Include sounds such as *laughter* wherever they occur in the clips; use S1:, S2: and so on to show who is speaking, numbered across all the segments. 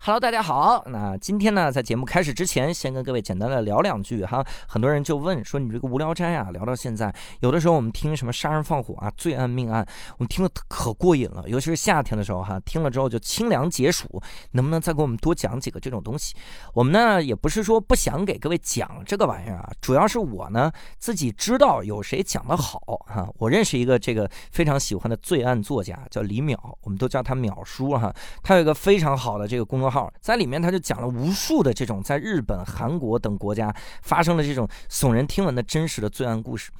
S1: Hello，大家好。那今天呢，在节目开始之前，先跟各位简单的聊两句哈。很多人就问说，你这个无聊斋啊，聊到现在，有的时候我们听什么杀人放火啊、罪案命案，我们听的可过瘾了，尤其是夏天的时候哈，听了之后就清凉解暑。能不能再给我们多讲几个这种东西？我们呢也不是说不想给各位讲这个玩意儿啊，主要是我呢自己知道有谁讲得好哈、我认识一个这个非常喜欢的罪案作家，叫李淼，我们都叫他淼叔哈、他有一个非常好的这个公众号，在里面他就讲了无数的这种呃在日本、韩国等国家发生的这种耸人听闻的真实的罪案故事。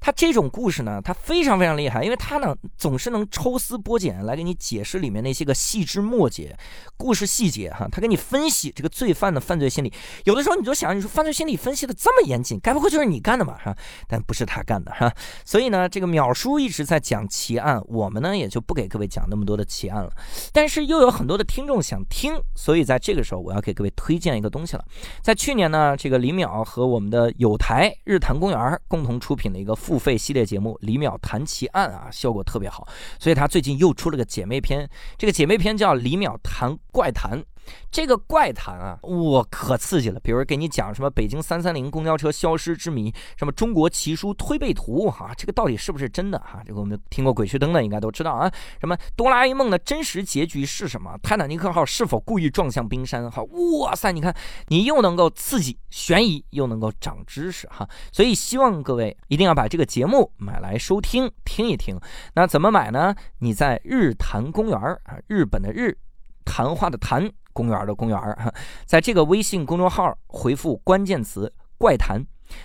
S1: 他这种呃故事呢，他非常非常厉害，因为他呢总是能抽丝剥茧来给你解释里面那些个细枝末节、故事细节哈，他给你分析这个罪犯的犯罪心理。有的时候你就想，你说犯罪心理分析的这么严谨，该不会就是你干的吧？哈，但不是他干的哈。所以呢，这个淼叔一直在讲奇案，我们呢也就不给各位讲那么多的奇案了。但是又有很多的听众想听，所以在这个时候，我要给各位推荐一个东西了。在去年呢，这个李淼和我们的友台日坛公园共同出品的一个付费系列节目《李淼谈奇案》啊，效果特别好，所以他最近又出了个姐妹篇，这个姐妹篇叫《李淼谈怪谈》。啊这个怪谈啊，我可刺激了！比如给你讲什么北京三三零公交车消失之谜，什么中国奇书推背图哈、这个到底是不是真的哈、这个我们听过《鬼吹灯》的应该都知道啊。什么哆啦 A 梦的真实结局是什么？泰坦尼克号是否故意撞向冰山？哈，哇塞！你看，你又能够刺激、悬疑，又能够长知识哈。所以希望各位一定要把这个节目买来收听听一听。那怎么买呢？你在日坛公园儿啊，日本的日，谈话的谈，公园儿的公园儿哈，在这个微信公众号回复关键词“怪谈”。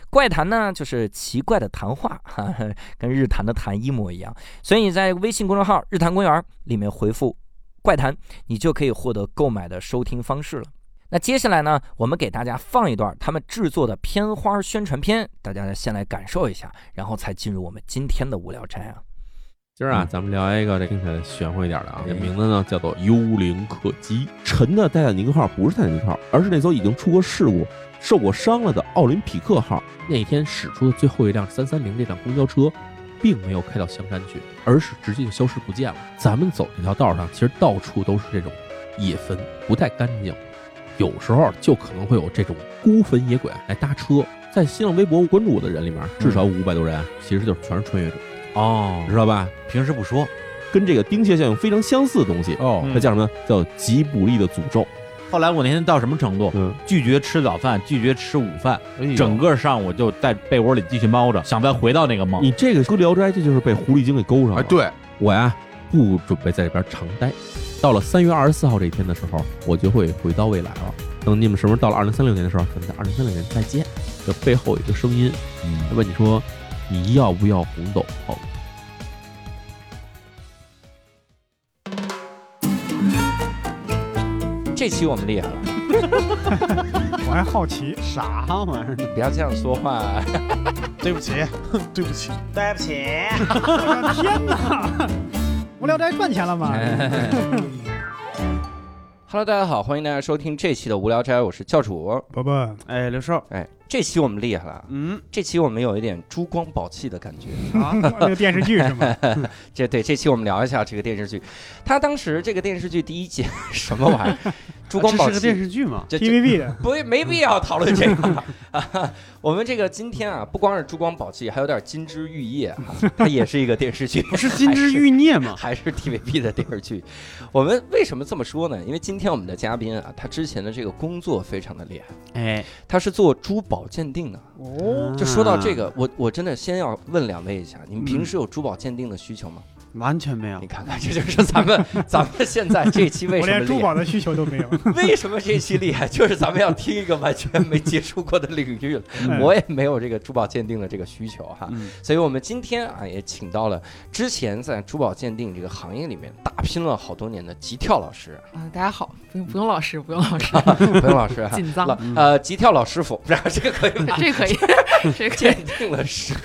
S1: 怪谈呢，就是奇怪的谈话，哈哈，跟日谈的谈一模一样。所以你在微信公众号“日坛公园儿”里面回复“怪谈”，你就可以获得购买的收听方式了。那接下来呢，我们给大家放一段他们制作的片花宣传片，大家先来感受一下，然后才进入我们今天的无聊斋啊。
S2: 今儿啊，
S3: 嗯
S2: 咱们聊一个这听起来玄乎一点的啊，这名字呢叫做幽灵客机。
S3: 哎沉的泰坦尼克号不是泰坦尼克号，而是那艘已经出过事故、受过伤了的奥林匹克号。
S2: 那天驶出的最后一辆三三零这辆公交车，并没有开到香山去，而是直接就消失不见了。咱们走这条道上，其实到处都是这种野坟，不太干净，有时候就可能会有这种孤坟野鬼来搭车。
S3: 在新浪微博关注我的人里面，至少五百多
S2: 啊
S3: 人，其实就是全是穿越者，
S2: 哦
S3: 你知道吧？
S4: 平时不说，
S3: 跟这个丁蟹效应非常相似的东西，
S2: 哦
S3: 它叫什么呢？叫吉卜力的诅咒。
S4: 后来我那天到什么程度？
S3: 嗯，
S4: 拒绝吃早饭，拒绝吃午饭，
S5: 哎
S4: 整个上午就在被窝里继续猫着，想再回到那个梦。
S3: 你这个搁聊斋，这就是被狐狸精给勾上了。
S5: 哎，，对，
S3: 我呀，
S2: 不准备在这边常待。到了三月二十四号这一天的时候，我就会回到未来了。等你们什么时候到了二零三六年的时候，咱们在二零三六年再见。这背后有一个声音，他问你说：“你要不要红豆泡面
S1: 这期我们厉害了，
S6: 我还好奇，
S5: 啥玩意儿？
S1: 你不要这样说话。
S5: 对不起，对不起，
S7: 对不起。
S6: 我的 *laughs* 天哪！无聊斋赚钱了吗？
S1: *laughs* Hello，大家好，欢迎大家收听这期的无聊斋，我是教主。
S6: 伯伯，
S5: 哎，刘寿，
S1: 哎，这期我们厉害了，
S5: 嗯，
S1: 这期我们有一点珠光宝气的感觉。
S6: 啊，那个电视剧是吗？
S1: 这对这期我们聊一下这个电视剧，他当时这个电视剧第一季什么玩意儿？珠光宝
S5: 这
S1: 气
S5: 是个电视剧嘛？
S1: 这这
S6: TVB 的，
S1: 不没必要讨论这个啊！ *laughs* 我们这个今天啊，不光是珠光宝气，还有点金枝玉叶啊，它也是一个电视剧，
S5: 不是金枝欲孽吗？
S1: 还是 *laughs* TVB 的电视剧。我们为什么这么说呢？因为今天我们的嘉宾啊，他之前的这个工作非常的厉害，
S5: 哎，
S1: 他是做珠宝鉴定的。
S6: 哦，
S1: 就说到
S8: 啊
S1: 这
S5: 嗯
S1: 个，我我真的先要问两位一下，你们平时有珠宝鉴定的需求吗？
S5: 嗯完全没有
S1: 你，看看，这就是咱们 *laughs* 咱们现在这期为
S6: 我
S1: 什么
S6: 连珠
S1: 厉
S6: 宝
S1: 害？
S6: 的需求都没有。
S1: *laughs* 为什么这期厉害？就是咱们要听一个完全没接触过的领域了。我也没有这个珠宝鉴定的这个需求哈，
S5: 嗯
S1: 所以我们今天啊也请到了之前在珠宝鉴定这个行业里面打拼了好多年的吉跳老师，
S9: 啊、大家好，不用不用老师，不用老师，
S1: 彭老师
S9: *laughs*
S1: 哈，
S9: 紧
S1: 老
S9: 张，
S1: 呃吉跳老师傅，然后这个可以吗。
S9: 啊这可以， *laughs* 这可以
S1: *laughs* 鉴。定了十，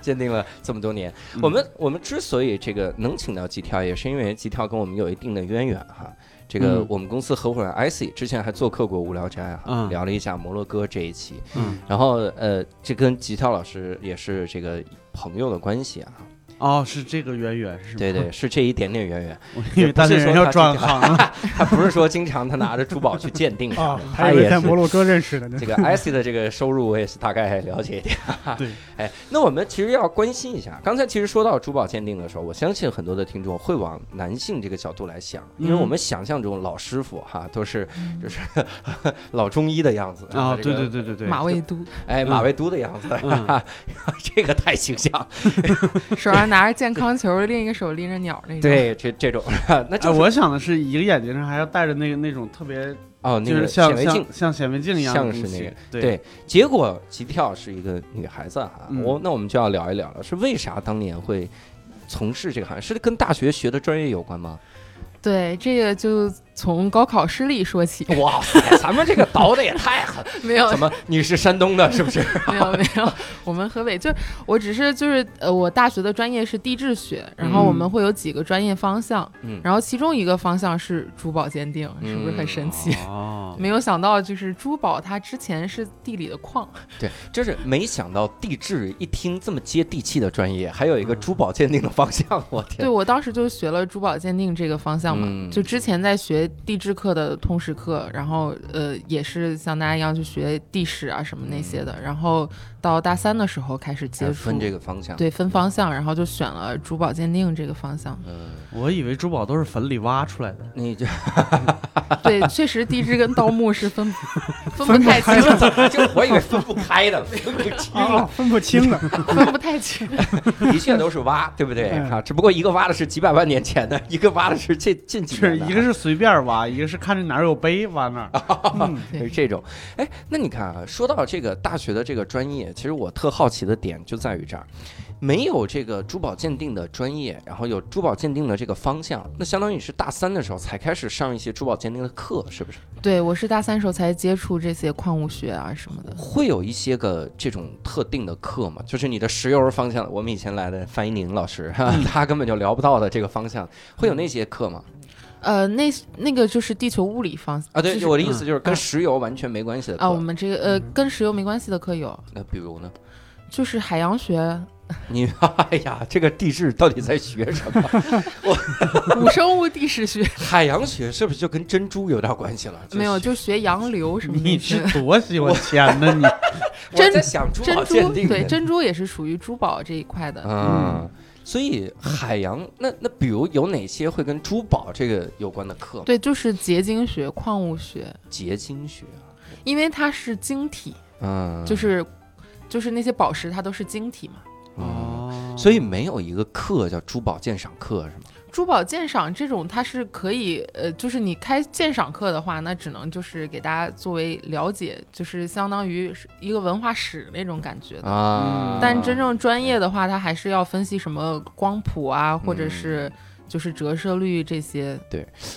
S1: 鉴定了这么多年。
S6: 嗯
S1: 我们我们之所以这个能请到吉跳，也是因为吉跳跟我们有一定的渊源哈。这个
S5: 嗯
S1: 我们公司合伙人 IC 之前还做客过《无聊斋》哈，
S5: 嗯
S1: 聊了一下摩洛哥这一期。
S5: 嗯，
S1: 然后呃，这跟吉跳老师也是这个朋友的关系啊。
S8: 哦，是这个渊源是吗？
S5: 对对，是这一点点渊源，
S8: *laughs* 我以为当地人要转行了，
S5: 他不是说经常他拿着珠宝去鉴
S6: *laughs*
S5: 定啥
S6: 啊
S5: 的，，
S6: 还
S5: 也
S6: 以为
S5: 是
S6: 在摩洛哥认识
S5: *laughs*
S6: 的
S8: *laughs*
S6: 呢
S5: 这。个 IC 的这个收入，我也是大概了解一点。
S8: 对，
S5: 哎，那我们其实要关心一下，刚才其实说到珠宝鉴定的时候，我相信很多的听众会往男性这个角度来想，因为
S8: 嗯
S5: 我们想象中老师傅哈都是就是老中医的样子
S8: *laughs* 啊，对对
S5: 对，
S8: 对对对，
S9: 马未都
S5: 哎，马未都的样子，
S8: 嗯
S5: 哈哈， *laughs* 哎这个太形象。
S8: *laughs*
S9: 手上拿着健康球，另一个手拎着鸟那种。，
S5: 对， *laughs* 这这种，那
S8: 哎，
S5: 就是
S8: 我想的是一个眼睛上还要戴着那个那种特别，
S5: 哦，那
S8: 就是
S5: 个显
S8: 像
S5: 微镜
S8: 像。像显微镜一样的
S5: 像是
S8: 东
S5: 那
S8: 西
S5: 个，
S8: 对，
S5: 对，结果吉跳是一个女孩子啊，
S8: 嗯
S5: 我那我们就要聊一聊了，是为啥当年会从事这个行业？是跟大学学的专业有关吗？
S9: 对，这个就从高考失利
S1: *laughs*
S9: 说起。
S5: 哇塞，咱们这个倒的也太狠！*laughs*
S9: 没有，
S5: 怎么你是山东的，是不是？ *laughs*
S9: 没有没有，我们河北就我只是就是呃，我大学的专业是地质学，然后我们会有几个专业方向，
S5: 嗯
S9: 然后其中一个方向是珠宝鉴定，是不是很神奇？
S8: 哦，
S9: *laughs* 没有想到就是珠宝它之前是地里的矿，
S5: 对，就是没想到地质一听这么接地气的专业，还有一个珠宝鉴定的方向，我
S9: 对
S5: 天！
S9: 我当时就学了珠宝鉴定这个方向嘛，
S5: 嗯
S9: 就之前在学地质课的通识课，然后呃也是像大家一样去学地史啊什么那些的，然后到大三的时候开始接
S5: 才
S9: 触
S5: 嗯分这个方向，，
S9: 对分方向，然后就选了珠宝鉴定这个方向。
S5: 嗯，
S8: 我以为珠宝都是坟里挖出来的，
S5: 你就
S9: 对，确实地质跟盗墓是分
S5: *laughs*
S9: 不分不太清的，
S5: 就我以为分不开的，分不
S6: *laughs*
S5: 清
S6: 啊，分不清了。
S9: 分不太清。
S5: 的确都是挖，对不对
S6: 嗯
S5: 啊？只不过一个挖的是几百万年前的，一个挖的是这近几
S8: 是
S5: 年的啊，
S8: 一个是随便挖，一个是看着哪儿有碑挖哪
S5: 哦
S8: 儿。
S6: 嗯，
S5: 是
S9: 对，
S5: 这种。哎，那你看啊，说到这个大学的这个专业，其实我特好奇的点就在于这儿，没有这个珠宝鉴定的专业，然后有珠宝鉴定的这个方向，那相当于你是大三的时候才开始上一些珠宝鉴定的课，是不是？
S9: 对我是大三时候才接触这些矿物学啊什么的。
S5: 会有一些个这种特定的课吗？就是你的石油方向，我们以前来的范一宁老师，哈，
S9: 嗯
S5: 他根本就聊不到的这个方向，会有那些课吗？
S9: 呃，那那个就是地球物理方
S5: 啊，
S9: 就
S5: 对，
S9: 是嗯
S5: 我的意思就是跟石油完全没关系的
S9: 啊，我
S5: 课。
S9: 们这个呃跟石油没关系的课有，
S5: 那比如呢？
S9: 就是海
S5: *laughs*
S9: 洋学、
S5: 你哎呀，这个地质到底在学什么？
S9: 古生物地史学，
S5: 海洋学是不是就跟珍珠有点关系了？
S9: 没有就学洋流什么
S8: 你
S9: 的。
S8: 是多喜欢钱呢你？
S5: 我在
S9: 珍
S5: 想珠
S9: 珍
S5: 宝鉴
S9: 珠
S5: 定
S9: 对珍珠也是属于珠宝这一块的，
S5: 啊。所以海洋那那比如有哪些会跟珠宝这个有关的课？
S9: 对，就是结晶学、矿物学，
S5: 结晶学啊，
S9: 因为它是晶体，
S5: 嗯，
S9: 就是就是那些宝石它都是晶体嘛。
S5: 哦，
S8: *laughs* 哦
S5: 所以没有一个课叫珠宝鉴赏课是吗？
S9: 珠宝鉴赏这种，它是可以，呃，就是你开鉴赏课的话，那只能就是给大家作为了解，就是相当于是一个文化史那种感觉的。
S5: 啊，
S9: 但真正专业的话，它还是要分析什么光谱啊，或
S5: 嗯
S9: 者是就是折射率这些。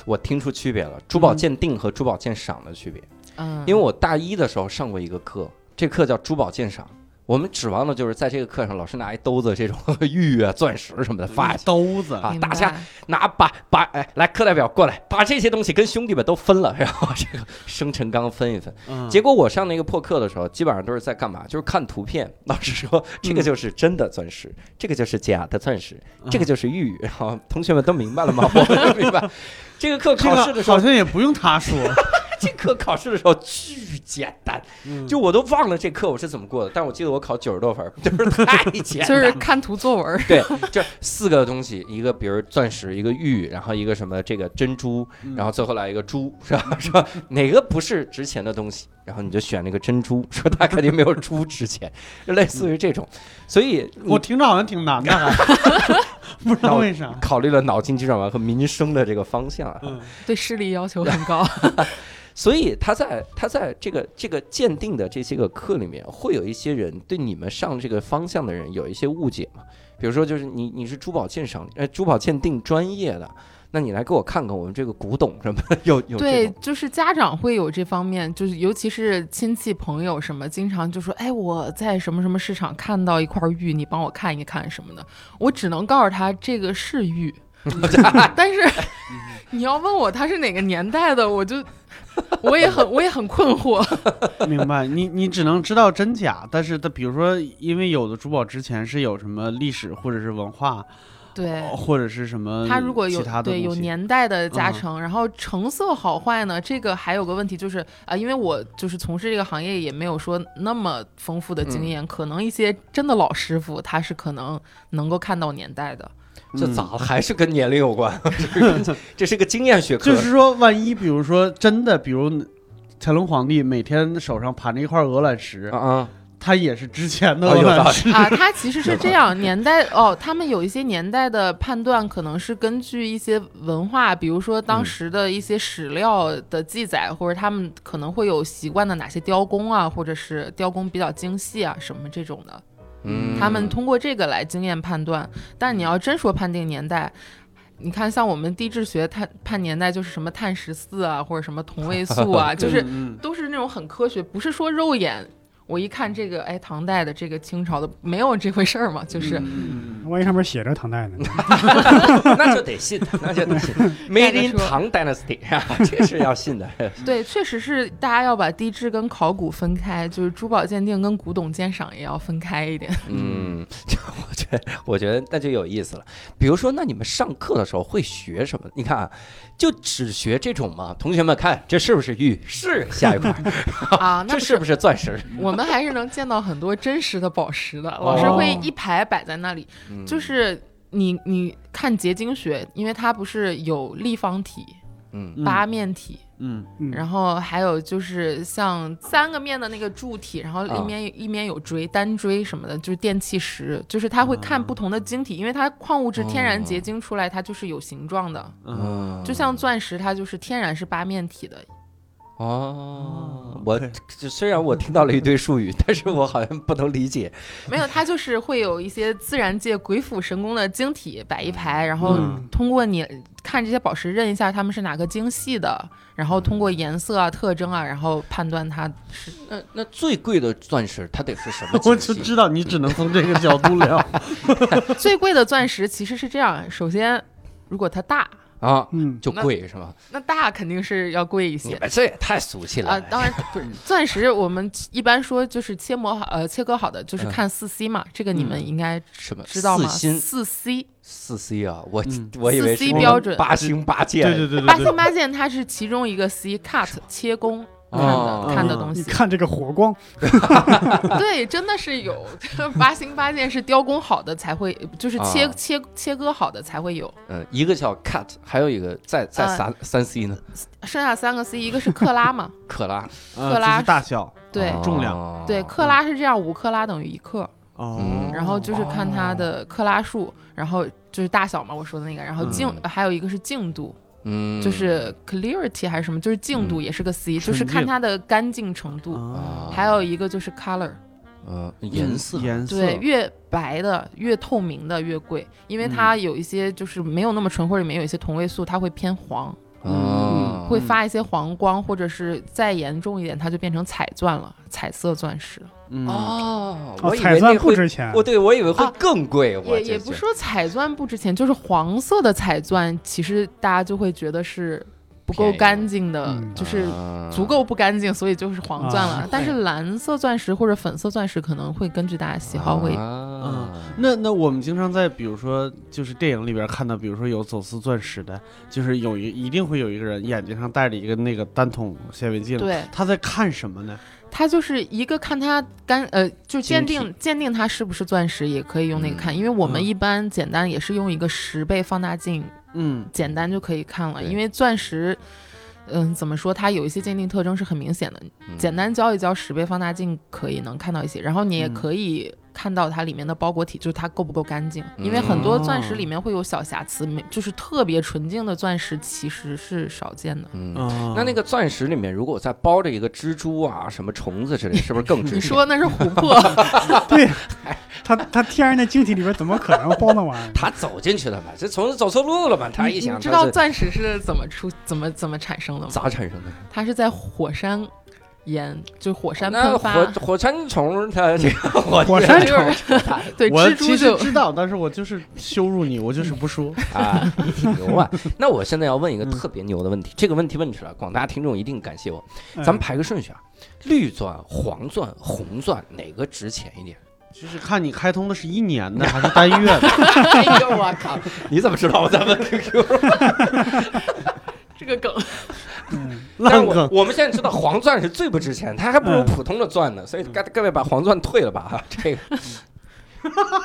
S5: 我听出区别了，珠宝鉴定和珠宝鉴赏的区别。
S9: 嗯，
S5: 因为我大一的时候上过一个课，这课叫珠宝鉴赏。我们指望的就是在这个课上，老师拿一兜子这种 *laughs* 玉啊、钻石什么的发
S8: 一
S5: 下去
S8: 兜子
S5: 啊，
S9: 嗯明白
S5: 大家拿把把哎，来课代表过来，把这些东西跟兄弟们都分了，然后这个生辰纲分一分。
S8: 嗯
S5: 结果我上那个破课的时候，基本上都是在干嘛？就是看图片。老师说
S8: 嗯
S5: 这个就是真的钻石，这个就是假的钻石，
S8: 嗯
S5: 这个就是玉。然后同学们都明白了吗？我们都明
S8: *laughs*
S5: 白。这个课
S8: 这
S5: 考试的
S8: 个
S5: 时候
S8: 好，像也不用
S5: *laughs*
S8: 他说，
S5: 这课考试的时候巨简单，
S8: 嗯
S5: 就我都忘了这课我是怎么过的，但我记得我考九十多分儿，就是太简
S9: *laughs* 就
S5: 单。
S9: 是看图作文。
S5: *laughs* 对，这四个东西，一个比如钻石，一个玉，然后一个什么这个珍珠，然后最后来一个猪，是吧？ *laughs* 说哪个不是值钱的东西，然后你就选那个珍珠，说它肯定没有猪值钱，就类似于这种。所以
S8: 我
S5: 我
S8: 听着好像挺难的，
S5: *laughs*
S8: 还不知道为啥。
S5: 考虑了脑筋急转弯和民生的这个方向啊。
S8: 嗯，
S9: 对视力要求很高。
S5: 所以他在他在这个这个鉴定的这些个课里面，会有一些人对你们上这个方向的人有一些误解嘛？比如说，就是你你是珠宝鉴赏呃珠宝鉴定专业的，那你来给我看看我们这个古董什么的，
S9: *laughs*
S5: 有有这
S9: 对
S5: 种，
S9: 就是家长会有这方面，就是尤其是亲戚朋友什么，经常就说：“哎，我在什么什
S5: *laughs*
S9: 么市场看到一块玉，你帮我看一看什么的。”我只能告诉他这个是玉，但是你要问我他是哪个年代的，我就我也很我也很困惑。 *laughs*
S8: 明白，你你只能知道真假，但是它比如说，因为有的珠宝之前是有什么历史或者是文化，
S9: 对，
S5: 哦
S8: 或者是什么
S9: 它如果
S8: 嗯
S9: 有
S8: 其他的
S9: 对有
S8: 东西嗯
S9: 年代的加成，然后成色好坏呢，这个还有个问题就是啊、因为我就是从事这个行业也没有说那么丰富的
S8: 嗯
S9: 经验，可能一些真的老师傅他是可能能够看到年代的。
S5: 这咋了还是跟年龄有关？
S9: 嗯
S5: *laughs* 这是个经验学科
S8: 就。是说，万一比如说真的，比如乾隆皇帝每天手上盘着一块鹅卵石，
S5: 啊啊，
S8: 他也是之前的
S5: 哦
S4: *laughs*
S8: 鹅
S5: 有道
S8: 卵
S5: 理
S8: 石。
S9: 啊，它其实是这样，年代哦，他们有一些年代的判断可能是根据一些文化，比如说
S8: 嗯
S9: 当时的一些史料的记载，或者他们可能会有习惯的哪些雕工啊，或者是雕工比较精细啊什么这种的，
S5: 嗯
S9: 他们通过这个来经验判断。但你要真说判定年代。你看，像我们地质学探判年代就是什么碳十四啊，或者什么同位素
S5: *laughs*
S9: 啊，就是
S8: 嗯
S9: 都是那种很科学，不是说肉眼我一看这个，哎，唐代的这个清朝的没有这回事儿嘛，就是、
S8: 嗯
S6: 万一上面写着唐代呢？
S5: 那就得信的，那
S9: *laughs*
S5: 就得信。Made in 唐 Dynasty，这啊是要信的。
S9: 对，确实是大家要把地质跟考古分开，就是珠宝鉴定跟古董鉴赏也要分开一点。
S5: *laughs* 嗯，这我觉得，我觉得那就有意思了。比如说，那你们上课的时候会学什么？你看啊，就只学这种吗？同学们看，这是不是玉？是，下一块儿，
S9: 啊， *laughs* 那
S5: 这是不是钻石？
S9: 我们还是能见到很多真实的宝石的，
S5: 哦
S9: 老师会一排摆在那里，
S5: 嗯
S9: 就是你你看结晶学，因为它不是有立方体、
S5: 嗯，
S8: 嗯
S9: 八面体。
S8: 嗯，
S6: 嗯，
S9: 然后还有就是像三个面的那个柱体，然后
S5: 啊
S9: 一面、一面有锥、单锥什么的，就是电气石，就是它会看不同的晶
S5: 嗯
S9: 体，因为它矿物质天然
S5: 哦
S9: 结晶出来，它就是有形状的，
S8: 嗯
S9: 就像钻石，它就是天然是八面体的。
S5: 哦，我这虽然我听到了一堆术语，但是我好像不能理解。
S9: 没有，它就是会有一些自然界鬼斧神工的晶体摆一排，然后
S6: 嗯
S9: 通过你看这些宝石认一下它们是哪个晶系的，然后通过颜色啊、特征啊，然后判断它是
S5: 那那最贵的钻石，它得是什
S9: *laughs*
S5: 么
S8: 我
S5: 晶
S8: 就
S5: 系？
S8: 知道你只能从这个角度聊。
S9: 最贵的钻石其实是这样，首先，如果它大，
S5: 啊，
S6: 嗯，
S5: 就贵是吗？
S9: 那大肯定是要贵一
S5: 你
S9: 些。
S5: 们这也太俗气
S9: 啊，
S5: 了。
S9: 当然不是钻石，我们一般说就是切磨好，呃，切割好的就是
S5: 嗯
S9: 看四 C 嘛，这个你们应该
S5: 什么
S9: 知道吗？
S5: 四星
S9: 四 C，
S5: 四 C 啊，我
S8: 嗯
S5: 我以为
S9: 四
S5: 是
S9: C 标准
S5: 八星八
S8: 对
S5: 剑。
S8: 对对
S9: 八
S8: 对
S9: 星
S8: 对，
S9: 八剑它是其中一个 C，cut 切工。看
S5: 哦
S9: 的看的
S8: 嗯
S9: 东
S6: 你
S9: 西，
S6: 看这个火光，
S9: 对，真的是有 *laughs* 八星八剑是雕工好的才会，就是切
S5: 啊
S9: 切切割好的才会有。
S5: 嗯，一个叫 Cat，还有一个再再
S9: 啊
S5: 三三 C 呢，
S9: 剩下三个 C，一个是克拉嘛，
S5: 克拉
S8: 呃
S9: 克拉
S8: 这是大小
S5: 哦
S9: 对
S8: 重
S5: 量
S9: 对，克拉是这样，五克拉等于一克。
S8: 哦
S5: 嗯
S9: 然后就是看它的克拉数，然后就是大小嘛，我说的那个，然后净、
S5: 嗯
S9: 还有一个是净度，
S5: 嗯
S9: 就是 clarity 还是什么，就是净度
S5: 嗯
S9: 也是个 C，、就
S8: 纯
S9: 是看
S8: 净
S9: 它的干净程度。
S8: 啊，
S5: 啊
S9: 还有一个就是 color，
S5: 嗯颜色嗯
S8: 颜色
S9: 对，越白的越透明的越贵，因为它有一些就是没有那么纯，或者里面有一些同位素，它会偏黄，
S5: 啊
S9: 嗯会发一些黄光，或者是再严重一点，它就变成彩钻了，彩色钻石。
S8: 嗯
S5: 哦，
S6: 哦
S5: 我，以
S6: 彩
S5: 为
S6: 钻
S5: 那
S6: 不
S5: 会，哦
S6: 值钱
S5: 我，对我以为会
S9: 啊
S5: 更贵，我
S9: 也
S5: 这
S9: 也不
S5: 是
S9: 说彩钻不值钱，就是黄色的彩钻，其实大家就会觉得是不够
S5: 便宜啊
S9: 干净的，
S6: 嗯
S9: 就是足够不干净，所以就是黄钻了。
S6: 啊
S9: 但是蓝色钻石或者粉色钻石可能会根据大家喜好会。
S5: 啊
S8: 那那我们经常在比如说就是电影里边看到，比如说有走私钻石的，就是有一一定会有一个人眼睛上戴着一个那个单筒显微镜，
S9: 对，
S8: 他在看什么呢？
S9: 它就是一个看它干呃，就鉴
S8: 晶
S9: 定鉴定它是不是钻石，也可以用那个看，因为我们
S8: 嗯
S9: 一般简单也是用一个十倍放大镜
S8: 嗯
S9: 简单就可以看了，
S5: 对
S9: 因为钻石，嗯，怎么说，它有一些鉴定特征是很明显的，
S5: 嗯
S9: 简单教一教十倍放大镜可以能看到一些，然后你也
S8: 嗯
S9: 可以看到它里面的包裹体，就是它够不够干净，因为
S5: 嗯
S9: 很多钻石里面会有小瑕疵，没就是特别纯净的钻石其实是少见的。
S5: 嗯。
S8: 啊，
S5: 那那个钻石里面，如果再包着一个蜘蛛啊、什么虫子之类，是不是更值钱？
S9: 你说那是琥珀，
S6: 它它天然的晶体里边怎么可能包那玩意儿？
S5: 他走进去了嘛？这虫子走错路了嘛？他
S9: 你
S5: 一想，
S9: 你知
S5: 他
S9: 道
S5: 是
S9: 钻石是怎么出、怎么怎么产生的吗？
S5: 咋产生的？
S9: 它是在火山烟，就火山
S5: 那
S9: 喷
S5: 火
S9: 发，
S5: 火山虫，它这
S6: *laughs*
S5: 个火
S6: 嗯火山虫
S9: 对
S8: 我
S9: 蜘
S8: 其
S9: 蛛
S8: 实
S9: 就
S8: 知道，但是我就是羞辱你，我就是不说。
S5: 啊，你挺牛啊。那我现在要问一个
S6: 嗯
S5: 特别牛的问题，这个问题问出来，广大听众一定感谢我。
S6: 嗯
S5: 咱们排个顺序啊，绿钻、黄钻、红钻哪个值钱一点？
S8: 就是看你开通的是一年的还是单月的，
S5: *laughs* 哎呦我靠！ *laughs* 你怎么知道我
S6: *laughs*
S5: 在问 QQ？
S9: 这个梗，
S6: 嗯
S5: 但是
S8: 烂
S5: 我
S8: 梗。
S5: 我们现在知道黄钻是最不值钱，它还不如普通的钻呢。所
S6: 嗯
S5: 以各各位把黄钻退了吧啊，
S6: *laughs*
S5: 这个。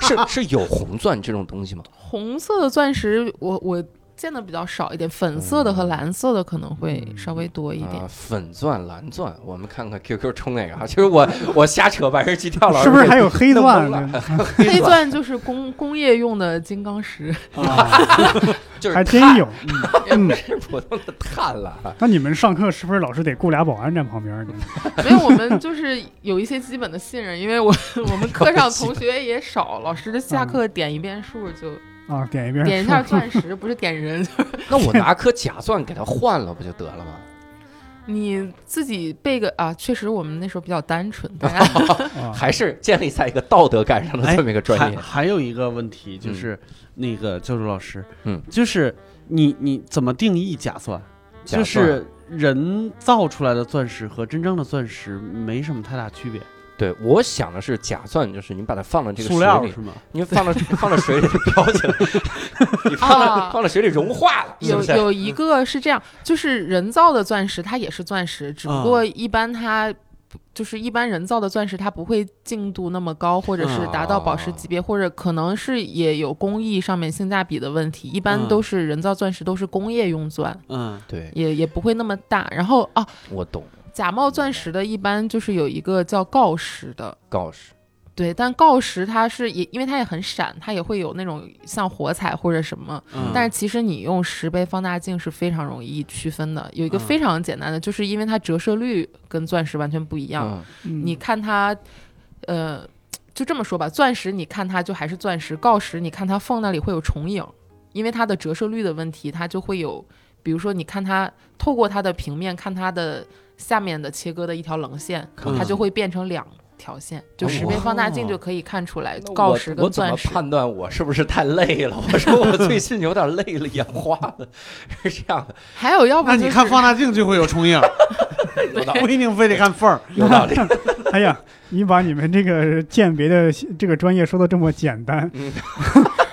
S5: 是是有红钻这种东西吗？
S9: 红色的钻石我我见的比较少一点，粉色的和蓝色的可能会稍微多一点
S5: 啊，。粉钻、蓝钻，我们看看 QQ 冲哪个啊？就是
S6: *laughs*
S5: 我我瞎扯，把人机跳了，
S6: 是不是还有黑
S5: 弄
S6: 钻
S5: 懵
S6: 呢？
S9: 黑钻就是工工业用的金刚石，
S6: 啊，
S5: *laughs* 就是
S6: 还真
S5: *laughs*
S6: 有。嗯，嗯
S5: 是普通的碳了啊。
S6: 那你们上课是不是老是得雇俩保安站旁边呢？
S9: 所以我们就是有一些基本的信任，因为我我们课上同学也少，老师下课点一遍数就
S6: 啊，点一遍
S9: 嗯点一下钻石，不是点人。
S5: 那我拿颗假钻给它换了，不就得了吗？
S9: 你自己背个啊，确实我们那时候比较
S5: *laughs*
S9: 单纯，大家
S6: 啊，哎
S5: 还是建立在一个道德感上的这么一个 *laughs* 专
S8: 还
S5: 业？
S8: 还有一个问题就是，那个教授老师，
S5: 嗯，
S8: 就是你你怎么定义假钻？
S5: 假钻
S8: 就是人造出来的钻石和真正的钻石没什么太大区别，
S5: 对，我想的是假钻，就是你把它放到这个
S8: 塑料
S5: 水里
S8: 是，吗？
S5: 你放
S6: *laughs*
S5: 到放到水里它飘起来，你放到
S9: 啊
S5: 放到水里融化了，是
S9: 有
S5: 不是？
S9: 有一个是这样，就是人造的钻石，它也是钻石，只不
S5: 嗯
S9: 过一般它。就是一般人造的钻石，它不会净度那么高，或者是达到宝
S5: 嗯
S9: 石级别，或者可能是也有工艺上面性价比的问题。一般
S8: 嗯
S9: 都是人造钻石都是工业用钻，
S8: 嗯，
S5: 对，
S9: 也也不会那么大。然后啊，
S5: 我懂，
S9: 假冒钻石的一般就是有一个叫锆石的，
S5: 告示
S9: 对，但锆石它是也因为它也很闪，它也会有那种像火彩或者什么，
S8: 嗯
S9: 但是其实你用十倍放大镜是非常容易区分的。有一个
S8: 嗯
S9: 非常简单的，就是因为它折射率跟钻石完全不一样，
S5: 嗯
S9: 你看它，呃。就这么说吧，钻石你看它就还是钻石，锆石你看它缝那里会有重影，因为它的折射率的问题，它就会有，比如说你看它透过它的平面看它的下面的切割的一条棱线，
S8: 嗯
S9: 它就会变成两条线，
S8: 哦
S9: 就十倍放大镜就可以看出来
S5: 那
S9: 锆
S5: 我
S9: 石
S5: 我
S9: 跟
S5: 怎么
S9: 钻石。
S5: 判断我是不是太累了？ *laughs* 我说我最近有点累了，眼花了，是这样的，
S9: 还有要不、
S8: 那
S9: 就是、
S8: 你看放大镜就会有重 *laughs* 影，
S5: 有道
S8: 不
S5: 理，
S8: 一定非得看缝儿。
S5: 有道理。
S6: *laughs* 哎呀，你把你们这个鉴别的这个专业说的这么简单，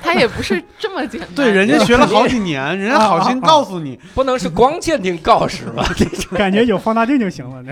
S9: 它也不是这么简单。
S8: 对，哎人家学了嗯好几年，人家好心告诉你，
S5: 不能是光鉴定锆石吧？这种
S6: 感觉有放大镜就行了。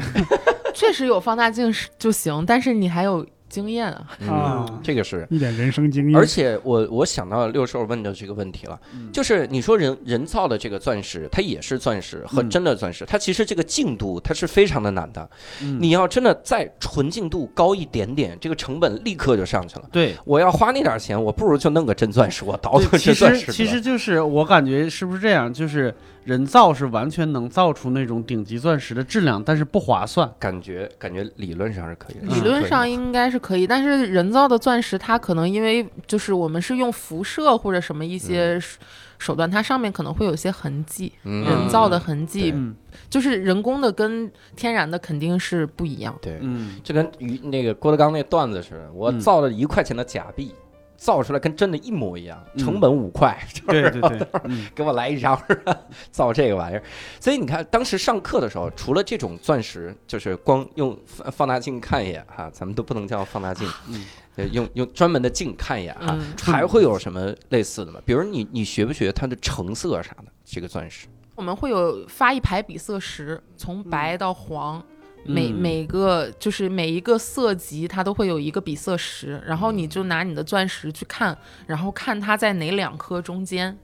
S9: 确实有放大镜是就行，但是你还有经验啊。
S6: 这 *laughs* 啊，
S5: 嗯这个是。
S6: 一点人生
S8: 嗯
S6: 经验，
S5: 而且我我想到六兽问的这个问题了，就是你说人人造的这个钻石，它也是钻石和
S8: 嗯
S5: 真的钻石，它其实这个净度它是非常的难的。
S8: 嗯
S5: 你要真的再纯净度高一点点，这个成本立刻就上去了。
S8: 对。哦
S5: 我要花那点钱，我不如就弄个真钻石，我倒腾
S8: 对
S5: *laughs* 真
S8: 其
S5: 钻
S8: 实
S5: 石得了。
S8: 其实就是我感觉是不是这样？就是人造是完全能造出那种顶级钻石的质量，但是不划算。
S5: 感觉感觉理论上是嗯可以的，
S9: 理
S8: 嗯
S9: 论上应该是可以，但是人造的钻石它可能因为就是我们是用辐射或者什么一些手手段，它上面可能会有一些痕迹，
S5: 嗯
S9: 人造的痕
S5: 对
S9: 迹
S8: 嗯
S9: 就是人工的跟天然的肯定是不一样。
S5: 对，
S8: 嗯，
S5: 就跟于那个郭德纲那段子似的，我
S8: 嗯
S5: 造了一块钱的假币，造出来跟真的一模一样，
S8: 嗯
S5: 成本五块，
S8: *laughs* 对对对，嗯 *laughs*
S5: 给我来一张，是吧造这个玩意儿。所以你看，当时上课的时候，除了这种钻石，就是光用放放大镜看一眼哈、咱们都不能叫放
S9: *laughs*
S5: 大镜，
S8: 嗯
S5: 呃用用专门的镜看一眼哈、
S9: 嗯，
S5: 还会有什么类似的吗？比如你你学不学它的成色啊啥的？这个钻石，
S9: 我们会有发一排比色石，从
S5: 嗯
S9: 白到黄，每
S8: 嗯
S9: 每个就是每一个色级，它都会有一个比色石，然后你
S5: 嗯
S9: 就拿你的钻石去看，然后看它在哪两颗中间，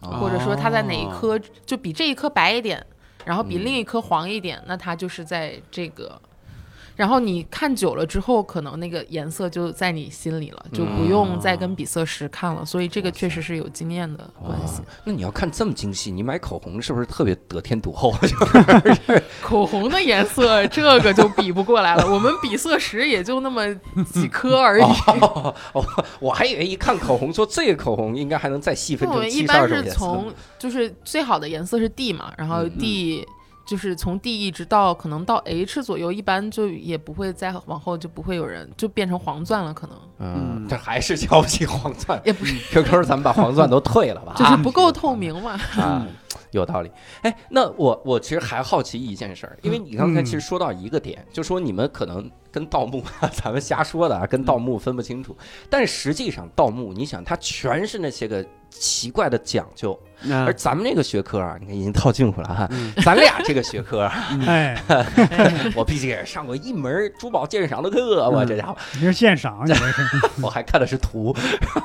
S5: 哦
S9: 或者说它在哪一颗就比这一颗白一点，然后比
S5: 嗯
S9: 另一颗黄一点，那它就是在这个。然后你看久了之后，可能那个颜色就在你心里了，就不
S5: 嗯
S9: 用再跟比色石看了。所以这个确实是有经验的关系。
S5: 哦那你要看这么精细，你买口红是不是特别得天独
S9: *laughs*
S5: 厚？
S9: 口红的颜色 *laughs* 这个就比不过来了，我们比色石也就那么几颗而已。
S5: 哦，哦我还以为一看口红，说这个口红应该还能再细分
S9: *laughs* 那我
S5: 成
S9: 们一
S5: 七十二
S9: 般
S5: 种
S9: 是
S5: 颜色。
S9: 从就是最好的颜色是 D 嘛，然后
S5: 嗯
S9: D、就是从 D 一直到可能到 H 左右，一般就也不会再往后就不会有人就变成黄钻了，可能
S8: 嗯
S5: 这还是瞧不起黄
S9: *laughs*
S5: 钻。 *laughs*
S9: 也不是，
S5: QQ，咱们把黄钻都退了吧，
S9: 就是
S5: 啊
S9: 不够透明嘛。
S5: 啊，有道理。哎，那我我其实还好奇一件事儿，因为你刚才其实说到一个点，就说你们可能跟盗墓， *laughs* 咱们瞎说的啊，跟盗墓分不清楚。但实际上，盗墓，你想，它全是那些个奇怪的讲究，
S8: 那
S5: 而咱们这个学科啊，你看已经套近乎了哈、
S8: 嗯
S5: 咱俩这个学科啊，
S6: 哎，
S5: 我毕竟也上过一门珠宝鉴赏的课，我这家伙。
S6: 你这是鉴赏，你这是
S5: 我还看的是图。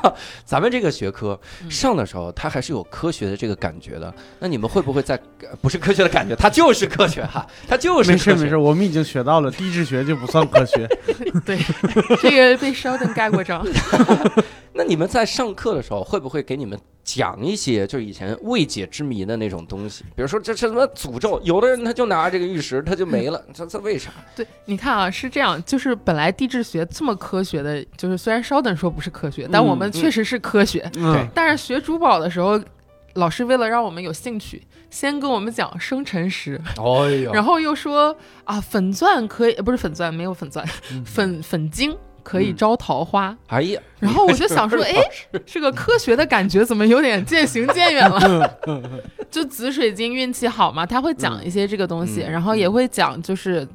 S5: *laughs* 咱们这个学科
S9: 嗯
S5: 上的时候，它还是有科学的这个感觉的。那你们会不会在呃不是科学的感觉，它就是科学哈，它就是
S8: 没事
S5: 科学
S8: 没事，我们已经学到了，地质学就不算科 *laughs* 学。
S9: *laughs* 对， *laughs* 这个被 Sheldon 盖过章。
S5: 那你们在上课的时候，会不会给你们讲一些就是以前未解之谜的那种东西？比如说这是什么诅咒？有的人他就拿这个玉石，他就没了，这这为啥？
S9: 对，你看啊，是这样，就是本来地质学这么科学的，就是虽然 Sheldon 说不是科学，
S5: 嗯
S9: 但我们确实是科学。
S8: 嗯，
S9: 但是学珠宝的时候，老师为了让我们有兴趣，先跟我们讲生辰石，
S5: 哎呦
S9: 然后又说啊，粉钻可以，呃不是粉钻，没有粉钻，
S5: 嗯
S9: 粉粉晶可以招桃花。
S5: 哎呀，
S9: *laughs* 然后我就
S5: *laughs*
S9: 想说，哎，这个科学的感觉怎么有点渐行渐远了？
S5: 嗯
S9: 就紫水晶运气好嘛，他会讲一些这个东西，
S5: 嗯
S9: 然后也会讲就是。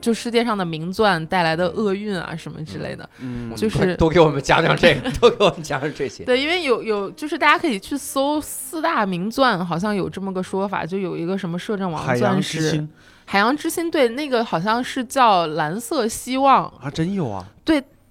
S9: 就世界上的名钻带来的厄运啊，什么之类的，
S8: 嗯
S5: 你
S9: 就是
S5: 快多给我们讲讲这个，多给我们讲讲这些。
S9: 对，因为有有就是大家可以去搜四大名钻，好像有这么个说法，就有一个什么摄政王
S8: 海洋
S9: 钻
S8: 之
S9: 石、
S8: 心
S9: 海洋之心，对，那个好像是叫蓝色希望，
S8: 啊，真有啊，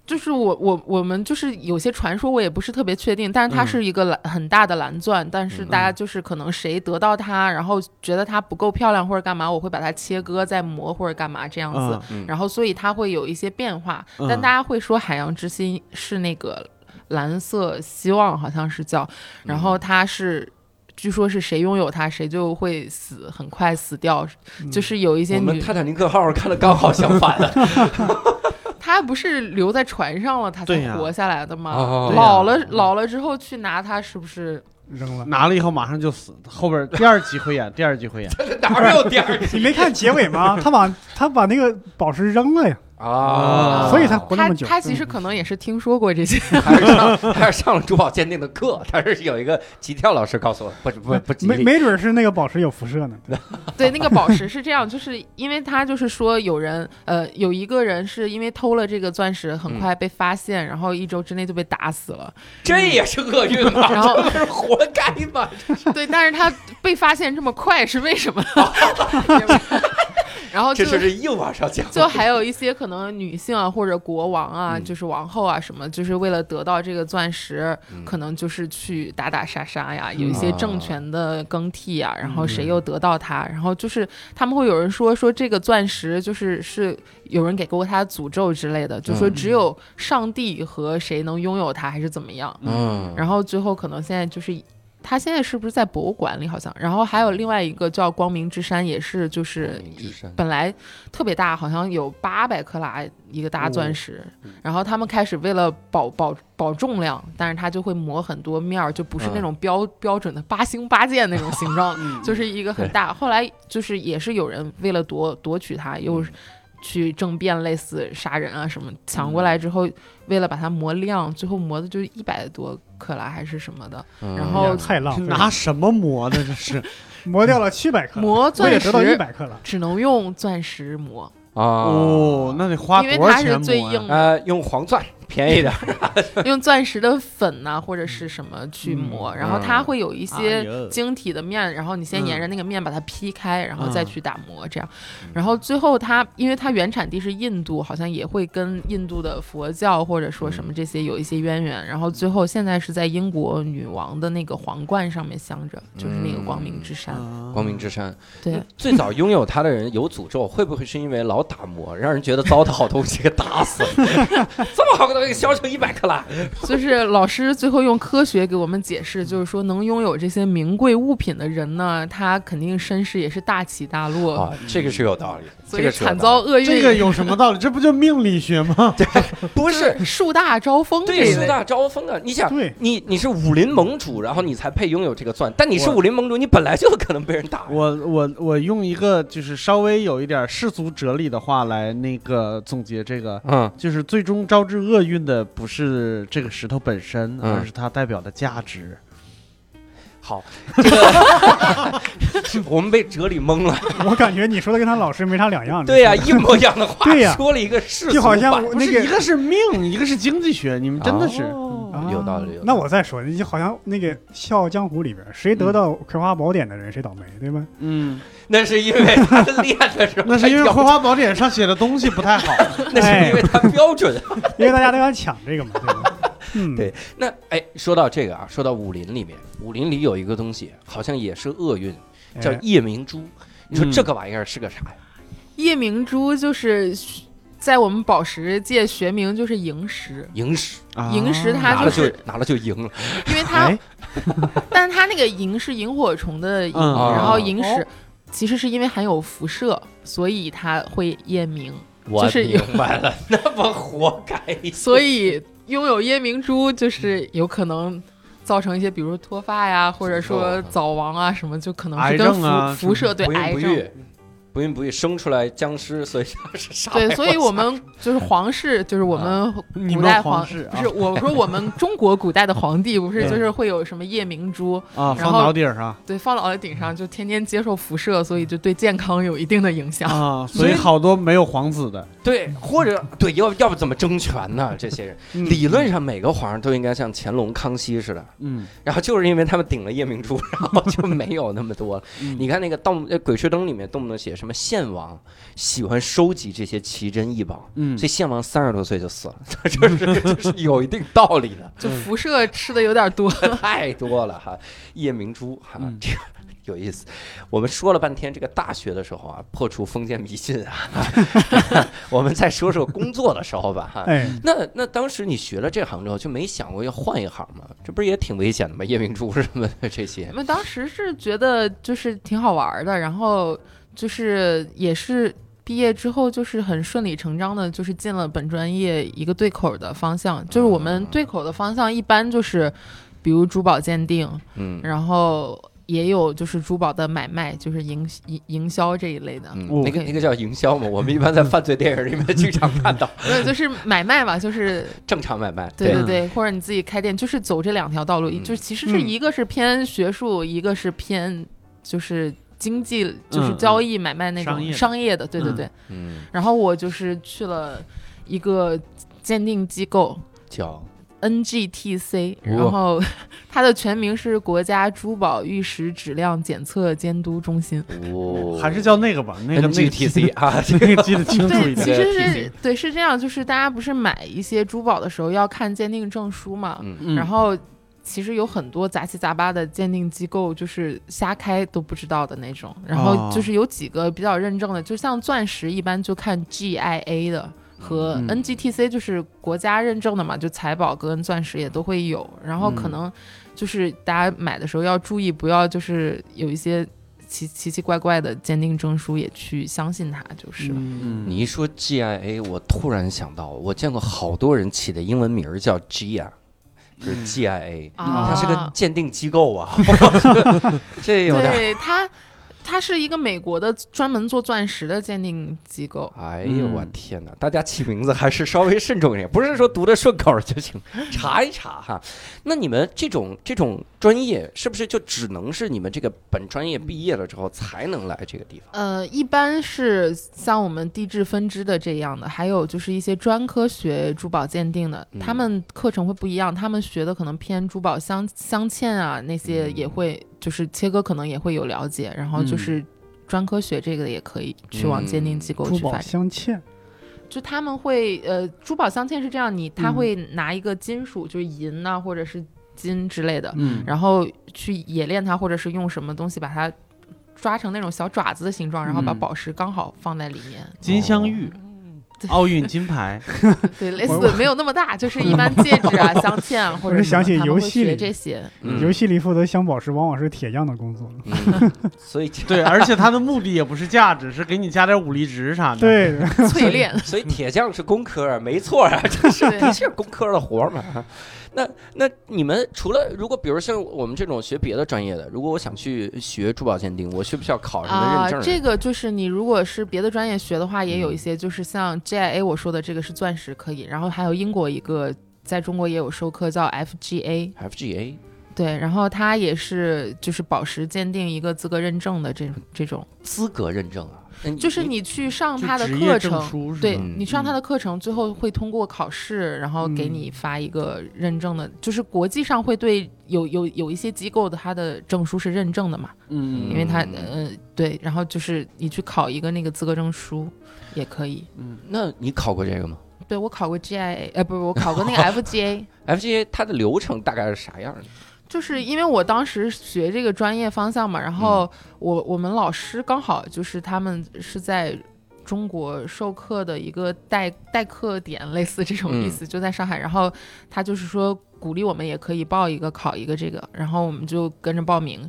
S9: 就是我我我们就是有些传说，我也不是特别确定，但是它
S8: 嗯
S9: 是一个蓝、很大的蓝钻，但是
S5: 嗯
S9: 大家就是可能谁得到它，然后觉得它不够漂亮或者干嘛，我会把它切割再磨或者干嘛这样子，
S8: 嗯
S5: 嗯
S9: 然后所以它会有一些变化，
S8: 嗯
S9: 但大家会说海洋之心是那个蓝色希望好像是叫，然后它是。据说是谁拥有它，谁就会死，很快死掉。就是有一些
S5: 我们
S9: 女，
S5: 泰坦尼克号看的刚好相反
S9: *laughs*
S5: 的
S9: 她不是留在船上了，她
S8: 对
S9: 才
S8: 呀
S9: 活下来的吗？
S5: 哦
S8: 对呀
S9: 老了老了之后去拿它，是不是？
S6: 扔了。
S8: 拿了以后马上就
S9: *laughs*
S8: 死，后边第二集会演，第二集会演。
S9: 啊
S5: 哪有第
S9: *laughs*
S5: 二
S6: 你没看结尾吗？他把他把那个宝石扔了呀，
S5: 啊？
S6: 所以他活那
S9: 他
S6: 么久。嗯
S9: 他其实可能也是听说过这些，
S5: *laughs* 还是上还是上了珠宝鉴定的课，他是有一个急跳老师告诉我，不不不吉
S6: 没
S5: 利。
S6: 没准是那个宝石有辐射呢。
S9: 对那个宝
S5: *laughs*
S9: 石是这样，就是因为他就是说有人呃有一个人是因为偷了这个钻石，
S5: 嗯
S9: 很快被发现，然后一周之内就被打死了。
S5: 这也是厄运啊吗？
S9: 然后
S5: 这不是活该吗？
S9: 对，但是他被发现这么快是为什么？然后就
S5: 这事是硬往上讲。
S9: 就还有一些可能女性啊，或者国王啊，
S5: 嗯
S9: 就是王后啊什么，就是为了得到这个钻石，
S5: 嗯
S9: 可能就是去打打杀杀呀，有一
S5: 啊
S9: 些政权的更替
S5: 嗯
S9: 呀，然后谁又得到它，然后就是他们会有人说说这个钻石就是是有人给过他诅咒之类的，就说
S5: 嗯
S9: 只有上帝和谁能拥有它还是怎么样，
S5: 嗯
S9: 然后最后可能现在就是。他现在是不是在博物馆里？好像，然后还有另外一个叫光明之山，也是就是
S5: 光明之山
S9: 本来特别大，好像有八百克拉一个大钻石，然后他们开始为了保保保重量，但是它就会磨很多面儿，就不是那种标、标准的八星八箭那种形
S8: *laughs*
S9: 状，就是一个很大。后来就是也是有人为了夺夺取它，又
S5: 嗯
S9: 去政变，类似杀人啊什么，抢过来之后，为了把它磨亮，最后磨的就是一百多克拉还是什么的，
S5: 嗯
S9: 然后
S6: 哎太浪费了，
S8: 拿什么磨的？这是
S6: 磨掉了七百克，
S9: 磨
S6: 我也
S9: 钻
S6: 得到一
S9: 石
S6: 百克了。
S9: 只能用钻石磨，
S5: 啊
S8: 哦，那得花
S9: 因为
S8: 多少
S9: 它
S8: 钱
S9: 是
S8: 磨
S9: 最
S8: 呀
S9: 硬的，
S5: 呃，用黄钻便宜点儿，
S9: 用钻石的粉呐、或者是什么去磨，然后它会有一
S8: 哎
S9: 些
S8: 呦
S9: 晶体的面，然后你先沿着那个面把它劈开，然后再
S8: 嗯
S9: 去打磨这样，然后最后它因为它原产地是印度，好像也会跟印度的佛教或者说什么这些有一些渊源，然后最后现在是在英国女王的那个皇冠上面镶着，就是那个光明之山，
S8: 啊
S5: 光明之山。
S9: 对。
S5: 最早拥有它的人有诅咒，会不会是因为老打磨，让人觉得糟蹋好东西给打死了？这么好个 *laughs* 到这个消成一百克拉。
S9: 就是老师最后用科学给我们解释，就是说能拥有这些名贵物品的人呢，他肯定身世也是大起大落，
S5: 啊，这个是有道理，
S9: 所
S5: 这
S9: 以
S5: 个是有
S9: 惨
S5: 道
S9: 遭厄运。
S8: 这个有什么道理？这不就命理学吗？
S5: 理，不是
S9: 就树大招风这
S5: 对
S9: 一
S5: 树
S9: 类。
S5: 大招风啊！你想，
S6: 对，
S5: 你你是武林盟主，然后你才配拥有这个钻，但你是
S8: 我
S5: 武林盟主，你本来就可能被人打。
S8: 我我我用一个就是稍微有一点世俗哲理的话来那个总结这个，
S5: 嗯，
S8: 就是最终招致厄运的不是这个石头本身，
S5: 嗯
S8: 而是它代表的价值。
S5: 好，这个我们被哲理懵了。
S6: 我感觉你说的跟他老师没啥两样。
S5: 对呀、一模一样的话，
S6: 对呀
S5: 说了一个世俗
S6: 就好
S5: 版，
S6: 像我
S8: 不
S6: 那
S8: 是
S6: 个
S8: 一个是命，一个是经济学，你们真的是、
S9: 哦
S8: 哦
S6: 啊
S5: 有道理有道理
S6: 那我再说，你就好像那个《笑傲江湖》里边，谁得到葵花宝典的人谁倒霉，
S5: *laughs*
S6: 对吧？
S8: 嗯，
S5: 那是因为他练的时候，
S8: 那是因为《葵花宝典》上写的东西不太好。
S5: 那是因为他标准。 *laughs*
S6: 因为大家都想抢这个嘛，对吧？嗯，
S5: 对那哎，说到这个啊，说到武林里面，武林里有一个东西，好像也是厄运，
S6: 哎
S5: 叫夜明珠。你说
S8: 嗯
S5: 这个玩意儿是个啥呀？
S9: 夜明珠就是在我们宝石界学名就是萤石，
S5: 萤石，
S8: 啊
S9: 萤石它
S5: 拿
S9: 就
S5: 了就是拿了就赢了。
S9: 因为它
S8: 哎，
S9: 但它那个萤是萤火虫的萤，
S8: 嗯
S9: 然后
S5: 哦
S9: 萤石其实是因为含有辐射，所以它会夜明。
S5: 我
S9: 就是
S5: 明
S9: 有 *laughs*
S5: 白了，那么活该。
S9: 所以拥有夜明珠就是有可能造成一些，比如脱发呀，或者说早亡啊什么，就可能是
S8: 癌
S9: 跟
S8: 症
S9: 辐、
S8: 啊
S9: 辐射对
S5: 不
S9: 癌
S5: 孕不
S9: 症。
S5: 育，不孕不育生出来僵尸，所以他是啥玩意儿？
S9: 对，所以我们就是皇室，就是我们
S8: 啊你
S9: 古
S8: 们
S9: 代
S8: 皇
S9: 皇
S8: 室啊
S9: 不是我说我们中国古代的皇帝，不是
S8: 对
S9: 就是会有什么夜明珠，
S8: 啊，
S9: 然
S8: 放
S9: 后
S8: 脑顶上
S9: 对，放到了顶上就天天接受辐射，所以就对健康有一定的影响。
S8: 啊，所以好多没有皇子的，
S5: 对，或者对，要要不怎么争权呢？这些人
S6: 嗯
S5: 理论上每个皇上都应该像乾隆、康熙似的，
S8: 嗯，
S5: 然后就是因为他们顶了夜明珠，然后就没有那么多了。
S9: 嗯
S5: 你看那个《盗墓呃鬼吹灯》里面，动不动写什么献王喜欢收集这些奇珍异宝，
S8: 嗯
S5: 所以献王三十多岁就死了， *laughs* 这就是就是有一定道理的，
S9: 就辐射吃的有点
S8: *laughs*
S9: 多，
S5: 太多了哈。夜明珠哈
S8: 嗯，
S5: 这个有意思。我们说了半天这个大学的时候啊，破除封建迷信啊， *laughs* 我们再说说工作的时候吧哈。
S6: 哎，
S5: 那那当时你学了这行之后，就没想过要换一行吗？这不是也挺危险的吗？夜明珠什么的这些
S9: 我，们当时是觉得就是挺好玩儿的，然后就是也是毕业之后就是很顺理成章的，就是进了本专业一个对口的方向。就是我
S8: 嗯
S9: 们对口的方向一般就是，比如珠宝鉴定，
S5: 嗯。
S9: 然后也有就是珠宝的买卖，就是营营营销这一类的。
S5: 嗯
S8: 哦，
S5: 那个那个叫营销嘛，我们一般在犯罪电影里面经常看到
S9: 没有，呃就是买卖嘛，就是
S5: 正常买卖。
S9: 对对对，或者你自己开店，就是走这两条道路，
S5: 嗯
S9: 就是其实是
S6: 嗯
S9: 一个是偏学术，一个是偏就是经济，就是
S8: 嗯
S9: 交易买卖那
S8: 商业的
S9: 种商业的，对对
S8: 嗯
S9: 对。
S5: 嗯，
S9: 然后我就是去了一个鉴定机构。
S5: 叫
S9: NGTC，然后 *laughs* 它的全名是国家珠宝玉石质量检测监督中心。
S5: 哦，
S8: 还是叫那个吧，那个那个
S5: NGTC 啊？这
S8: 那个记得清楚
S9: *laughs* 对，
S8: 一
S9: 其
S8: 点。
S9: 实
S5: 提
S9: 是对是这样，就是大家不是买一些珠宝的时候要看鉴定证书嘛，
S5: 嗯，
S8: 嗯
S9: 然后其实有很多杂七杂八的鉴定机构，就是瞎开都不知道的那种。然后就是有几个比较认证的，就像钻石一般就看 GIA 的。和
S8: 嗯
S9: NGTC 就是国家认证的嘛，就财宝跟钻石也都会有。然后可
S8: 嗯
S9: 能就是大家买的时候要注意，不要就是有一些奇奇奇怪怪的鉴定证书也去相信它，就是。
S8: 嗯
S5: 你一说 GIA，我突然想到，我见过好多人起的英文名儿叫 G 啊，就是 GIA，
S9: 啊，
S5: 它是个鉴定机构
S9: *laughs*
S5: 啊，这有点儿。
S9: 对它，它是一个美国的专门做钻石的鉴定机构。
S5: 哎呦我天哪！大家起名字还是稍微慎重一点，不是说读的顺口就
S9: *laughs*
S5: 行，查一查哈。那你们这种这种专业，是不是就只能是你们这个本专业毕业了之后才能来这个地方？
S9: 呃，一般是像我们地质分支的这样的，还有就是一些专科学珠宝鉴定的，
S5: 嗯
S9: 他们课程会不一样，他们学的可能偏珠宝镶镶嵌啊那些
S5: 嗯
S9: 也会，就是切割可能也会有了解，然后就
S8: 嗯
S9: 是。专科学这个也可以去
S5: 嗯
S9: 往鉴定机构
S6: 珠
S9: 去
S6: 宝
S9: 发展，
S6: 镶嵌，
S9: 就他们会呃，珠宝镶嵌是这样，你他
S6: 嗯
S9: 会拿一个金属，就是银呐、或者是金之类的，
S8: 嗯
S9: 然后去冶炼它，或者是用什么东西把它抓成那种小爪子的形状，然后把
S6: *laughs*
S8: 嗯
S9: 宝石刚好放在里面。哦
S8: 金镶玉奥运金
S9: *laughs*
S8: 牌，
S9: 对，类似没有那
S6: *laughs*
S9: 么大，就是一般戒指啊、镶嵌啊或者
S6: 我是
S9: 什么
S6: 想起
S9: 他们
S6: 游
S9: 会
S6: 戏
S9: 学
S6: 里
S9: 这些，
S4: 嗯
S6: 游戏里负责镶宝石往往是铁匠的
S5: 嗯
S6: 工作。
S5: 所以铁
S8: 对，而且它的目的也不是价值，是给你加点武力值啥的。，
S6: 对，*laughs*
S9: 淬炼。
S5: 所以铁匠是工科儿，没错啊，这是 *laughs*
S9: 对
S5: 这是工科儿的活儿嘛。啊那那你们除了如果比如像我们这种学别的专业的，如果我想去学珠宝鉴定，我需不需要考什么
S9: 啊
S5: 认证、，
S9: 这个就是你如果是别的专业学的话，
S6: 嗯
S9: 也有一些，就是像 GIA 我说的这个是钻石可以，然后还有英国一个在中国也有授课叫 FGA，
S5: FGA
S9: 对，然后它也是就是宝石鉴定一个资格认证的这种这种，
S5: 资格认证啊？那
S9: 就是你去上
S8: 就
S9: 它的
S8: 职业
S9: 课
S8: 证
S9: 程。
S8: 书是
S9: 对
S8: 吧
S5: 嗯
S9: 你上它的课程，最后会通过考试，然后给
S6: 嗯
S9: 你发一个认证的，就是国际上会对有有有一些机构的它的证书是认证的嘛，
S8: 嗯
S9: 因为它
S5: 嗯
S9: 呃对，然后就是你去考一个那个资格证书也可以。
S8: 嗯，
S5: 那你考过这个吗
S9: 对我考过 GIA，呃，不是我考过那个 FGA，
S5: ？FGA 它的流程大概是啥样的？
S9: 就是因为我当时学这个专业方向嘛，然后我我们老师刚好就是他们是在。中国授课的一个代代课点，类似这种意思，就在上海。然后他就是说鼓励我们也可以报一个考一个这个，然后我们就跟着报名。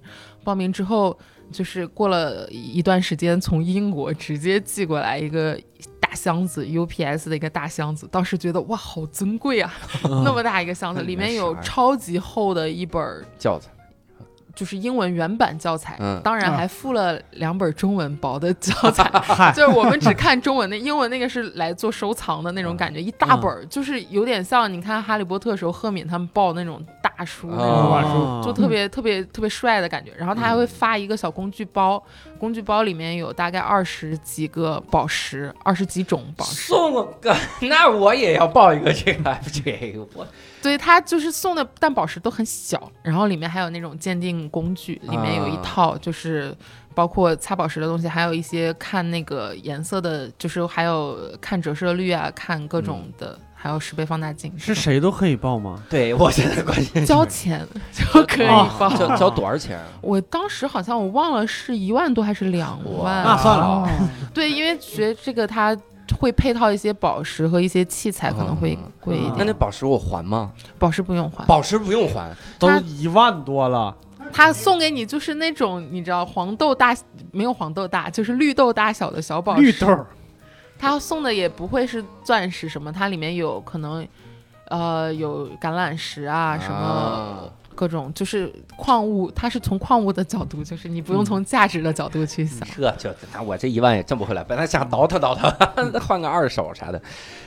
S9: 报名之后，就是过了一段时间，从英国直接寄过来一个大箱子 UPS 的一个大箱子，当时觉得哇，好尊
S5: *laughs*
S9: 贵啊，那么大一个箱子，
S5: 那里
S9: 里
S5: 面
S9: 面有
S5: 啥呀
S9: 超级厚的一本儿
S5: 教材？
S9: 就是英文原版教材，
S5: 嗯
S9: 哎当然
S6: 啊
S9: 还附了两本中文薄的教
S5: *laughs*
S9: 材
S8: *laughs* 嗨，
S9: 就是我们只看中文的，英文那个是来做收藏的那种感觉，一大本儿，就是有点像你看《哈利波特》时候赫敏他们抱那种大书那种。
S5: 哦
S9: 就特别特别特别帅的感觉，然后他还会发一个小工具包，工具包里面有大概二十几个宝石，二十几种宝石，
S5: 送我个，Oh *laughs* 那我也要报一个这个 FGA，我
S9: 所以他就是送的，但宝石都很小，然后里面还有那种鉴定工具，里面有一
S5: 啊
S9: 套就是包括擦宝石的东西，还有一些看那个颜色的，就是还有看折射率啊，看各种的，还有十倍放大镜。
S8: 是谁都可以报吗？
S5: 对我现在关
S9: *laughs*
S5: 心哦
S9: 交钱就可以报。
S5: 交交多少钱啊？
S9: *laughs* 我当时好像我忘了是一万多还是两万，
S5: 啊
S6: *laughs*
S9: 啊
S8: 那算了，
S6: 哦，
S9: 对，因为学这个它会配套一些宝石和一些器材，可能会
S5: 嗯
S9: 贵一
S5: 那
S9: 点。
S5: 那宝石我还吗？
S9: 宝石不用还，
S5: 宝石不用还，
S8: 都
S9: 他
S8: 一万多了，
S9: 他送给你就是那种你知道黄豆大没有黄豆大，就是绿豆大小的小宝石。
S6: 绿豆，
S5: *laughs*
S6: 儿，
S9: 他送的也不会是钻石什么，它里面有可能，呃，有橄榄石啊，什么
S5: 啊
S9: 各种就是矿物，它是从矿物的角度，就是你不用从价值的角度去
S6: 嗯
S9: 想。
S5: 这就那我这一万也挣不回来，本来想倒腾倒腾， *laughs* 换个二手啥的。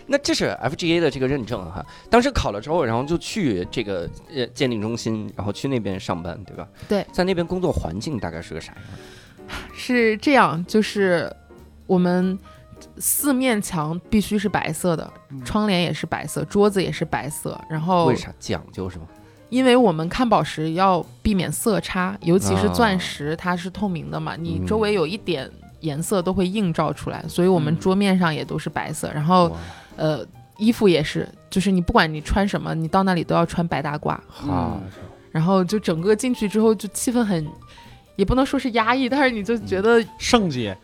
S5: 那这是 FGA 的这个认证哈，当时考了之后，然后就去这个呃鉴定中心，然后去那边上班，对吧？
S9: 对，
S5: 在那边工作环境大概是个啥样？
S9: 是这样，就是我们四面墙必须是白色的，
S6: 嗯
S9: 窗帘也是白色，桌子也是白色，然后
S5: 为啥讲究是吗？
S9: 因为我们看宝石要避免色差，尤其是
S5: 啊
S9: 钻石，它是透明的嘛，你
S5: 嗯
S9: 周围有一点颜色都会映照出来，所以我们
S8: 嗯
S9: 桌面上也都是白色，然后
S5: 哇
S9: 呃，衣服也是，就是你不管你穿什么，你到那里都要穿白大褂，嗯
S5: 哈，
S8: 嗯
S9: 然后就整个进去之后就气氛很。也不能说是压抑，但是你就觉
S5: 嗯
S9: 得
S8: 圣姐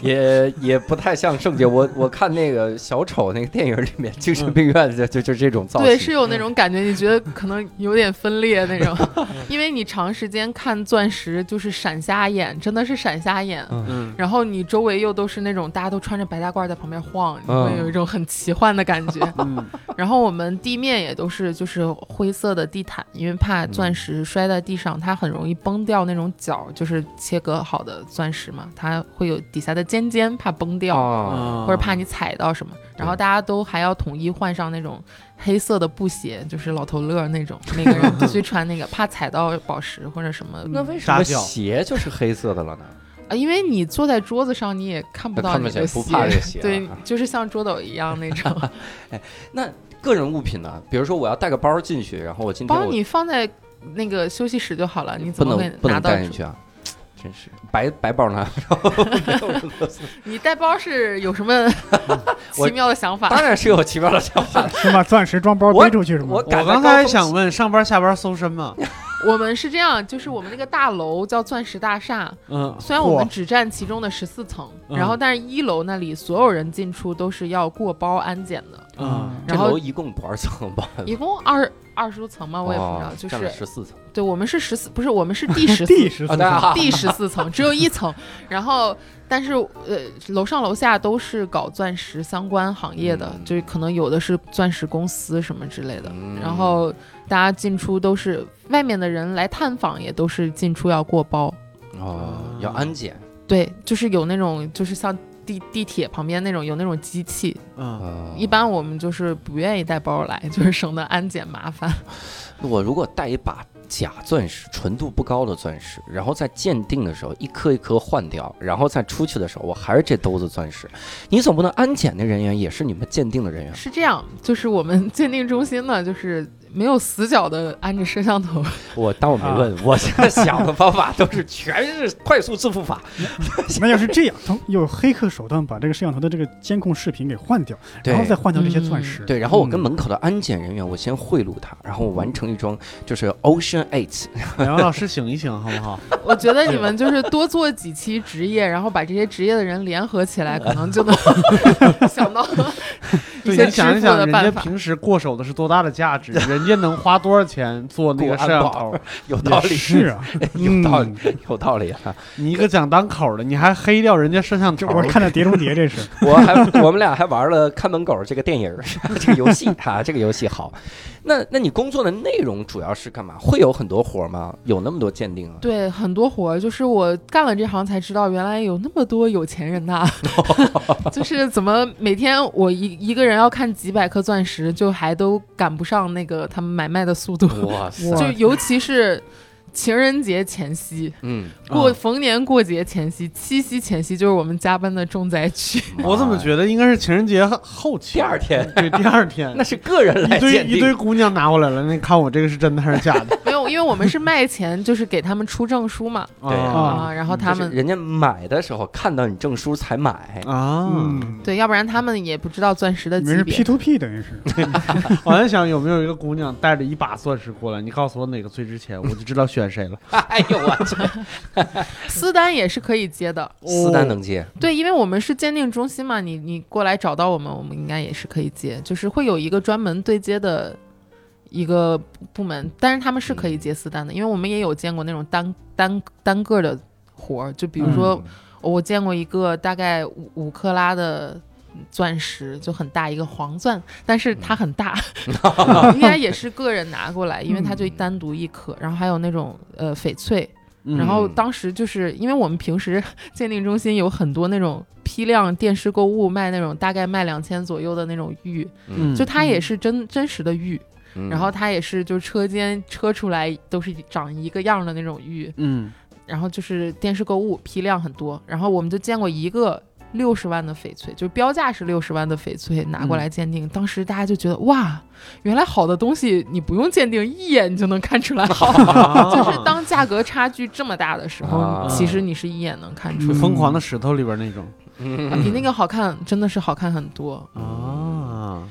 S5: 也也不太像圣洁。我我看那个小丑那个电影里面，精神病院就就就这种造型。
S9: 对，是有那种感觉，你觉得可能有点分裂那种，
S5: *laughs*
S9: 因为你长时间看钻石就是闪瞎眼，真的是闪瞎眼。
S8: 嗯，
S9: 然后你周围又都是那种大家都穿着白大褂在旁边晃，你
S5: 嗯
S9: 会有一种很奇幻的感觉。
S8: 嗯
S9: *laughs* 然后我们地面也都是就是灰色的地毯，因为怕钻石摔在地上，它很容易崩掉那种角，就是切割好的钻石嘛，它会有底下的尖尖，怕崩掉。
S5: 啊，
S9: 或者怕你踩到什么，然后大家都还要统一换上那种黑色的布鞋，就是老头乐那种，每个人必须穿那个，怕踩到宝石或者什么。
S5: 那为什
S8: 扎
S5: 么
S8: 脚
S5: 鞋就是黑色的了呢？
S9: 啊，因为你坐在桌子上，你也看不到
S5: 看
S9: 你
S5: 不
S9: 的
S5: 见，
S9: 鞋
S5: 不，怕这啊鞋。
S9: 对，就是像桌斗一样那
S5: *laughs*
S9: 种，
S5: 个人物品呢？比如说我要带个包进去，然后我今天
S9: 帮
S5: 我
S9: 你放在那个休息室就好了，你
S5: 不
S9: 怎么会
S5: 能不
S9: 拿
S5: 能
S9: 到
S5: 带
S9: 住？
S5: 进去啊？真是白白包呢，然后没有任何
S9: 你带包是有
S5: *laughs*
S9: 什么
S5: 我
S9: 奇妙的想法
S5: *laughs* 当？然是有奇妙的想法。
S6: 是把钻石装包
S5: 我
S6: 背出去是吗
S5: 我？
S8: 我
S5: 赶在
S8: 刚
S5: 高
S8: 才
S5: 峰
S8: 想
S5: 期，
S8: 问，上班下班搜身吗？
S9: 我们是这样，就是我们那个大楼叫钻石大厦，
S8: 嗯，
S9: 虽然我们
S8: 嚯
S9: 只占其中的十四层，
S8: 嗯
S9: 然后但是一楼那里所有人进出都是要过包安检的，
S8: 啊，
S5: 这
S9: 然后
S5: 楼一共多少层吧？
S9: 一共二二十多层 *laughs* 吧，我也不知道，
S5: 哦
S9: 就
S5: 占了
S9: 是
S5: 十四层
S9: 对我们是十四，不是我们是
S6: *laughs*
S9: 第十
S6: 第
S9: 四。
S6: 十
S5: 啊！
S6: 四
S5: 大家 *laughs*
S6: 层，
S5: 好，
S9: 第十四层只有一层，然后但是呃，楼上楼下都是搞钻石相关行业的，
S5: 嗯
S9: 就是可能有的是钻石公司什么之类的，
S5: 嗯
S9: 然后大家进出都是外面的人来探访也都是进出要过包，
S5: 哦，要安检
S9: 对，就是有那种就是像地地铁旁边那种有那种机器，
S8: 嗯，
S5: 啊
S9: 一般我们就是不愿意带包来，就是省得安检麻烦。 *laughs*
S5: 我如果带一把假钻石，纯度不高的钻石，然后在鉴定的时候一颗一颗换掉，然后再出去的时候我还是这兜子钻石，你总不能安检的人员也是你们鉴定的人员吧？
S9: 是这样，就是我们鉴定中心呢，就是没有死角的安着摄像头，
S5: 我当我没问，我现在想的方法都是全是快速致富法。 *laughs*
S6: 那要是这样，从有黑客手段把这个摄像头的这个监控视频给换掉，
S5: 对
S6: 然后再换掉这些钻石。
S5: 对，然后我跟
S6: 嗯
S5: 门口的安检人员，我先贿赂他，然后我完成一桩就是 Ocean Eight，
S8: 两位老师醒一醒好
S5: *laughs*
S8: 不好？
S9: 我觉得你们就是多做几期职业，然后把这些职业的人联合起来，可能就能 *laughs* 想到一
S8: 对，
S9: 些
S8: 你
S9: 致
S8: 想一
S9: 富
S8: 想，
S9: 的
S8: 人家
S9: 办法。
S8: 平时过手的是多大的价值，人家能花多少钱做那个摄像头？
S5: 有道理，
S6: 是啊，
S5: 有道理， *laughs* 有道理啊！
S8: 你一个讲单口的，你还黑掉人家摄像
S6: 这
S8: 头？
S6: 我看的《碟中谍》这
S5: *laughs*
S6: 是，
S5: 我还我们俩还玩了看门狗这个电影儿， *laughs* 这个游戏哈、这个游戏好。那那你工作的内容主要是干嘛？会有很多活儿吗？有那么多鉴定啊？
S9: 对，很多活儿就是我干了这行才知道，原来有那么多有钱人
S8: *laughs*
S9: 呐、就是怎么每天我一一个人要看几百颗钻石，就还都赶不上那个他们买卖的速度，
S5: 哇塞，
S9: 就尤其是。情人节前夕，
S5: 嗯，
S9: 过
S8: 啊
S9: 逢年过节前夕，七夕前夕就是我们加班的重灾区。
S8: *laughs* 我怎么觉得应该是情人节后期？
S5: 第二天，
S8: 对，第二天
S5: 那是个人来
S8: 一堆
S5: 鉴
S8: 一
S5: 定
S8: 堆姑娘拿过来了，那看我这个是真的还是假的？
S9: 没有，因为我们是卖钱，就是给他们出证书嘛，
S5: *laughs* 对
S8: 啊
S9: 啊，然后他
S5: 就是
S9: 们
S5: 人家买的时候看到你证书才买，
S8: 啊！
S6: 嗯，
S9: 对，要不然他们也不知道钻石的
S6: 你们是
S9: 级
S6: P
S9: 别。
S6: to P 等于是，
S8: 我在想有没有一个姑娘带着一把钻石过来，你告诉我哪个最值钱，我就知道选谁了。
S5: 哎呦我去，
S9: 私单也是可以接的，
S5: *laughs*
S8: 哦
S5: 私单能接，
S9: 对，因为我们是鉴定中心嘛，你你过来找到我们，我们应该也是可以接，就是会有一个专门对接的一个部门，但是他们是可以接私单的，因为我们也有见过那种单单单个的活儿，就比如说、我见过一个大概五五克拉的。钻石就很大一个黄钻，但是它很大，应该也是个人拿过来，因为它就单独一颗。然后还有那种呃翡翠，然后当时就是因为我们平时 *laughs* 鉴定中心有很多那种批量电视购物卖那种大概卖两千左右的那种玉，
S8: 嗯，
S9: 就它也是真真实的玉，
S5: 嗯
S9: 然后它也是就是车间车出来都是长一个样儿的那种玉，
S8: 嗯
S9: 然后就是电视购物批量很多，然后我们就见过一个六十万的翡翠，就是标价是六十万的翡翠拿过来鉴定，当时大家就觉得哇，原来好的东西你不用鉴定，一眼你就能看出来好。
S5: 哦
S9: 就是当价格差距这么大的时候，
S5: 啊
S9: 其实你是一眼能看出
S8: 就
S9: 来，
S8: 嗯疯狂的石头里边那种
S5: 嗯
S9: 比那个好看真的是好看很多。
S8: 啊，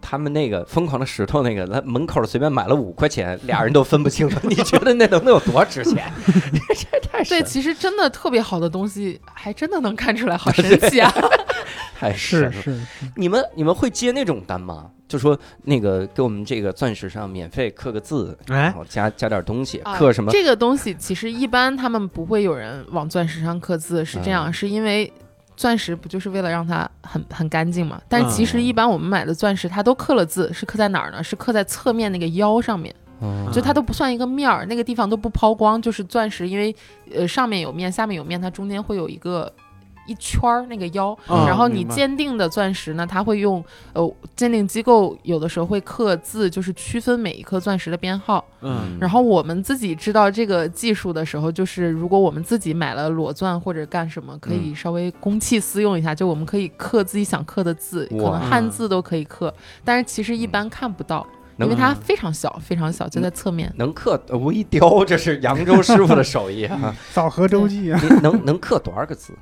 S5: 他们那个疯狂的石头那个，他门口随便买了五块钱，俩人都分不清楚， *laughs* 你觉得那能能有多值钱？这太神
S9: 对，其实真的特别好的东西，还真的能看出来，好神奇啊！
S5: 太神了。
S6: 是，
S5: 你们你们会接那种单吗？就说那个给我们这个钻石上免费刻个字，然
S8: 哎，
S5: 后加加点东西，
S9: 啊
S5: *laughs* 刻什么？
S9: 这个东西其实一般他们不会有人往钻石上刻字，是这样，
S5: 嗯
S9: 是因为钻石不就是为了让它很很干净嘛？
S5: 嗯
S9: 但其实一般我们买的钻石，它都刻了字，是刻在哪儿呢？是刻在侧面那个腰上面，
S5: 嗯
S8: 哦
S9: 就它都不算一个面儿，那个地方都不抛光，就是钻石，因为呃上面有面，下面有面，它中间会有一个。一圈儿那个腰，
S8: 嗯
S9: 然后你
S8: 明白
S9: 鉴定的钻石呢，它会用呃鉴定机构有的时候会刻字，就是区分每一颗钻石的编号。
S8: 嗯
S9: 然后我们自己知道这个技术的时候，就是如果我们自己买了裸钻或者干什么，可以稍微公器私用一下，就我们可以刻自己想刻的字，可
S5: 哇
S9: 能汉字都可以刻，但是其实一般看不到，因
S5: 能
S9: 为它非常小，非常小，就在侧面。
S5: 能刻呃微雕，
S6: *laughs*
S5: 这是扬州师傅的手艺啊！
S6: 枣核周记啊，
S5: 你能能刻多少个字？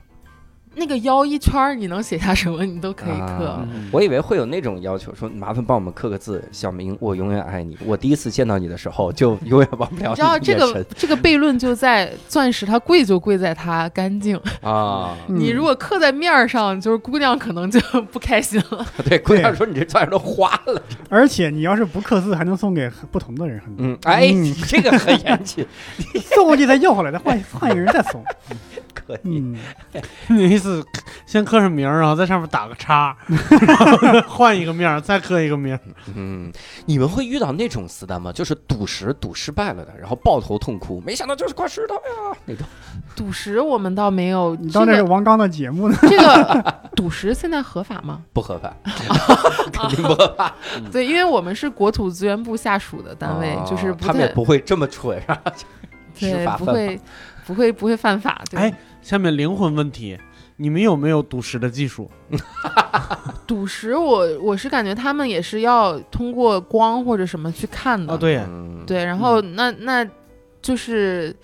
S9: 那个腰一圈儿，你能写下什么，你都可以刻。
S5: 啊
S8: 嗯
S5: 我以为会有那种要求，说麻烦帮我们刻个字，小明，我永远爱你。我第一次见到你的时候，就永远忘不了
S9: 你知道
S5: 你的
S9: 这
S5: 眼
S9: 个
S5: 神
S9: 这个悖论就在钻石，它贵就贵在它干净。
S5: 啊。
S9: 你
S6: 嗯
S9: 如果刻在面儿上，就是姑娘可能就不开心了。
S5: 对，姑娘说你这钻石都花了。
S6: 而且你要是不刻字，还能送给很不同的人很多，
S5: 嗯，哎，
S6: 嗯
S5: 你 *laughs* 这个很严
S8: *laughs*
S5: 谨，
S6: 送过去再要回来，再换换一 *laughs* 个人再送。
S5: 可以。
S6: 嗯，
S8: 你意思先刻上名儿，然后在上面打个
S9: *laughs*
S8: 叉，然后换一个面儿，再刻一个名儿。
S5: 嗯，你们会遇到那种私单吗？就是赌石赌失败了的，然后抱头痛哭，没想到就是块石头呀那种。
S9: *laughs* 赌石我们倒没有，
S6: 你
S9: 这
S6: 当这是
S9: 个
S6: 王刚的节目呢？
S9: 这个赌石现在合法吗？
S5: 不合法，肯定不合法。
S9: *laughs* 对，因为我们是国土资源部下属的单位，
S5: 哦
S9: 就是不
S5: 他们也
S9: 太
S5: 不会这么蠢啊，
S9: 对
S5: 执法
S9: 不
S5: 犯
S9: 会不会不会犯法。对，
S8: 哎，下面灵魂问题，你们有没有赌石的技术？
S9: 赌石我我是感觉他们也是要通过光或者什么去看的。
S8: 哦，对，
S5: 嗯，
S9: 对，然后那那就是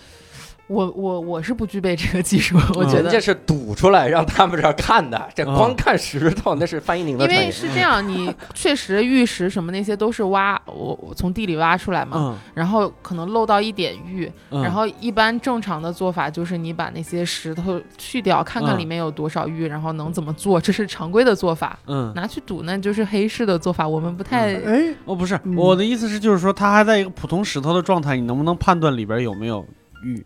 S9: 我我我是不具备这个技术，我觉
S5: 嗯人
S9: 得
S5: 家。是赌出来让他们这儿看的，这
S8: 嗯
S5: 光看石头那是翻译宁的
S9: 因
S5: 专
S9: 为
S5: 业。
S9: 是这样，你确实玉石什么那些都是挖，我我从地里挖出来嘛，
S8: 嗯，
S9: 然后可能漏到一点玉，
S8: 嗯
S9: 然后一般正常的做法就是你把那些石头去掉，看看
S8: 嗯
S9: 里面有多少玉，然后能怎么做，这是常规的做法。
S8: 嗯，
S9: 拿去赌那就是黑市的做法，我们不太、
S6: 哎，
S8: 哦，不是，
S6: 嗯
S8: 我的意思是，就是说，它还在一个普通石头的状态，你能不能判断里边有没有玉？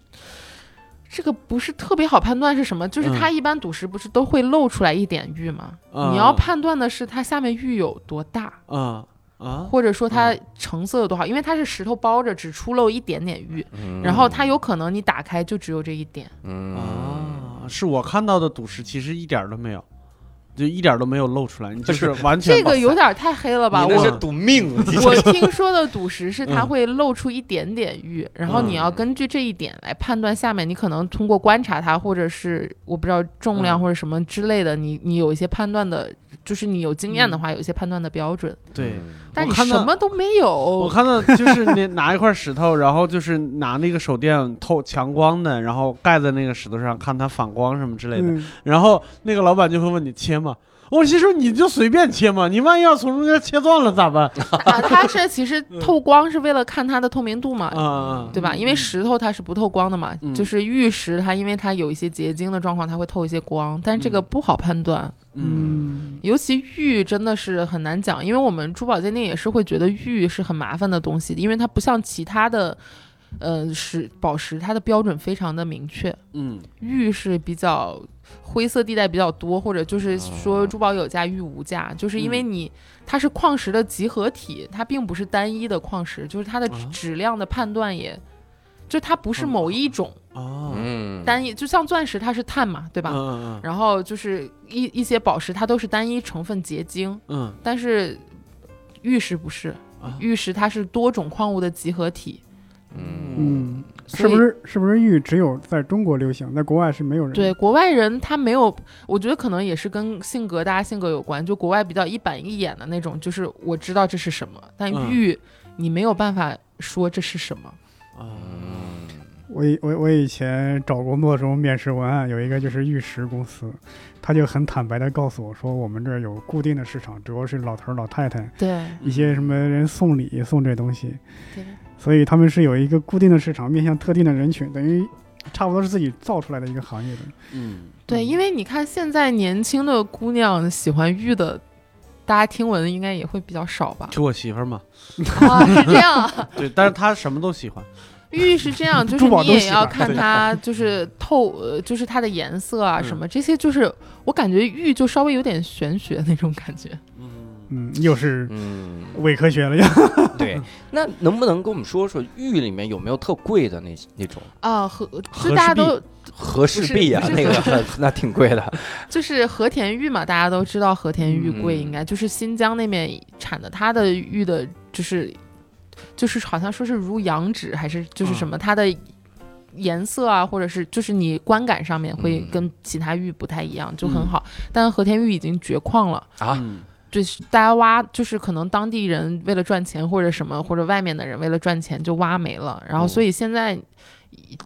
S9: 这个不是特别好判断是什么，就是
S8: 嗯
S9: 它一般赌石不是都会露出来一点玉吗？
S8: 嗯
S9: 你要判断的是它下面玉有多大，
S8: 嗯啊，
S9: 或者说它成色有多好，因为它是石头包着，只出露一点点玉，然后它有可能你打开就只有这一点。
S5: 嗯，
S8: 啊，是我看到的赌石，其实一点儿都没有，就一点儿都没有露出来，你就是完全
S9: 这个有点太黑了吧？
S5: 你那
S9: 我
S5: 是赌
S8: *laughs*
S5: 命，你这
S9: 我听说的赌石是它
S8: 嗯
S9: 会露出一点点玉，然后你要
S5: 嗯
S9: 根据这一点来判断下面，你可能通过观察它，或者是我不知道重量
S8: 嗯
S9: 或者什么之类的，你你有一些判断的，就是你有经验的话，有一些判断的标准。
S8: 对。
S9: 但你
S8: 哦看
S9: 什
S8: 到
S9: 么都没
S8: 我
S9: 有，
S8: 看到就是那拿一块石头，然后就是拿那个手电透强光的，然后盖在那个石头上，看它反光什么之类的。
S6: 嗯，
S8: 然后那个老板就会问你切吗？我心说你就随便切嘛，你万一要从中间切断了咋
S9: *laughs*
S8: 办？ *laughs*
S9: 啊，它是其实透光是为了看它的透明度嘛，
S8: 嗯啊，
S9: 对吧？因为石头它是不透光的嘛，
S8: 嗯
S9: 就是玉石它因为它有一些结晶的状况，它会透一些光，但是这个
S8: 嗯
S9: 不好判断。
S6: 嗯，
S9: 尤其玉真的是很难讲，因为我们珠宝鉴定也是会觉得玉是很麻烦的东西，因为它不像其他的，呃，石宝石它的标准非常的明确，
S8: 嗯
S9: 玉是比较灰色地带比较多，或者就是说珠宝有价玉无价，就是因为你、它是矿石的集合体，它并不是单一的矿石，就是它的
S8: 啊
S9: 质量的判断也，就它不是
S8: 嗯
S9: 某一种
S8: 哦，
S5: 嗯，
S9: 单一，就像钻石它是碳嘛，对吧？
S8: 嗯嗯
S9: 然后就是一一些宝石，它都是单一成分结晶，
S8: 嗯
S9: 但是玉石不是
S8: 啊，
S9: 玉石它是多种矿物的集合体，
S5: 嗯
S6: 嗯，是
S9: 所以
S6: 不是是不是玉只有在中国流行，在国外是没有人？
S9: 对，国外人他没有，我觉得可能也是跟性格，大家性格有关。就国外比较一板一眼的那种，就是我知道这是什么，但
S8: 嗯
S9: 玉、你没有办法说这是什么。
S8: 啊
S5: 嗯
S6: 我以我我以前找工作的时候面试文案有一个就是玉石公司，他就很坦白的告诉我说，我们这儿有固定的市场，主要是老头儿老太太，
S9: 对
S6: 一些什么人送礼送这东西，
S9: 对，
S6: 所以他们是有一个固定的市场，面向特定的人群，等于差不多是自己造出来的一个行业的。
S8: 嗯？
S9: 对，因为你看现在年轻的姑娘喜欢玉的，大家听闻应该也会比较少吧
S8: 就我媳妇儿嘛，
S6: *laughs*
S9: 啊，是这样 *laughs* 啊。
S8: 对，但是她什么都喜欢，
S9: 玉是这样，就是
S6: 珠宝
S9: 你
S6: 都
S9: 也
S6: 喜
S9: 要
S6: 欢
S9: 看
S6: 对
S9: 它，就是透，呃，就是它的颜色啊
S8: 嗯
S9: 什么，这些就是我感觉玉就稍微有点玄学那种感觉。
S8: 嗯
S6: 嗯，又是
S5: 嗯，
S6: 伪科学了呀。
S5: 对。那能不能跟我们说说玉里面有没有特贵的那那种
S9: 啊，和
S8: 和
S9: 就
S8: 氏
S9: 大家
S8: 璧
S9: 都
S5: 和氏璧啊
S9: 不？是
S5: 那个很 *laughs* 那挺贵的。
S9: 就是和田玉嘛，大家都知道和田玉贵，
S5: 嗯
S9: 应该就是新疆那边产的，它的玉的就是就是好像说是如羊脂还是就是
S5: 嗯
S9: 什么，它的颜色啊，或者是就是你观感上面会
S5: 嗯
S9: 跟其他玉不太一样，就
S8: 嗯
S9: 很好。但和田玉已经绝矿了。
S5: 啊
S8: 嗯
S9: 就是大家挖，就是可能当地人为了赚钱或者什么，或者外面的人为了赚钱就挖没了，然后
S5: 嗯
S9: 所以现在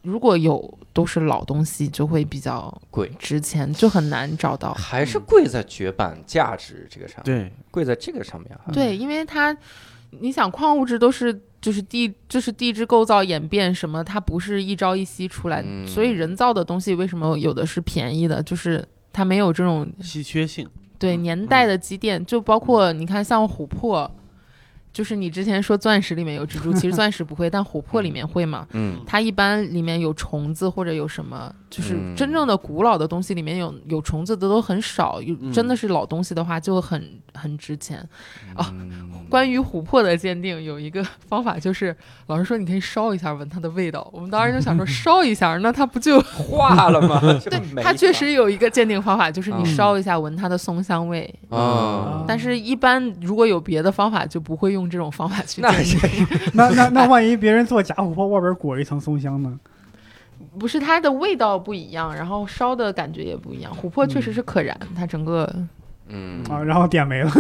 S9: 如果有都是老东西，就会比较
S5: 贵
S9: 值钱，就很难找到。
S5: 还是贵在绝版价值这个上面，
S8: 对，
S5: 贵在这个上面哈。
S9: *laughs*
S5: 啊
S9: 对，因为它，你想矿物质都是就是地就是地质构造演变什么，它不是一朝一夕出来的，所以
S5: 嗯
S9: 人造的东西为什么有的是便宜的，就是它没有这种
S8: 稀缺性，
S5: 嗯
S9: 对年代的积淀，就包括你看像琥珀，就是你之前说钻石里面有蜘蛛，其实钻石
S5: *laughs*
S9: 不会，但琥珀里面会嘛。
S5: 嗯，
S9: 它一般里面有虫子或者有什么，就是
S5: 嗯
S9: 真正的古老的东西里面有有虫子的都很少，有
S8: 嗯
S9: 真的是老东西的话就很很值钱。啊
S5: 嗯
S9: 关于琥珀的鉴定有一个方法，就是老师说你可以烧一下闻它的味道。我们当时就想说烧一下，那它不就
S5: 化了
S9: *laughs*
S5: 吗？
S9: 对
S5: 这没？
S9: 它确实有一个鉴定方法，就是你
S5: 嗯
S9: 烧一下闻它的松香味。
S5: 啊，
S9: 但是，一般如果有别的方法，就不会用这种方法去
S5: 那
S9: 鉴定。
S5: 是
S6: *laughs* 那那那万一别人做假琥珀，外边裹一层松香呢？
S9: 不是它的味道不一样，然后烧的感觉也不一样。琥珀确实是可燃，它
S5: *laughs*
S9: 整个
S5: 嗯
S6: 啊，然后点没了。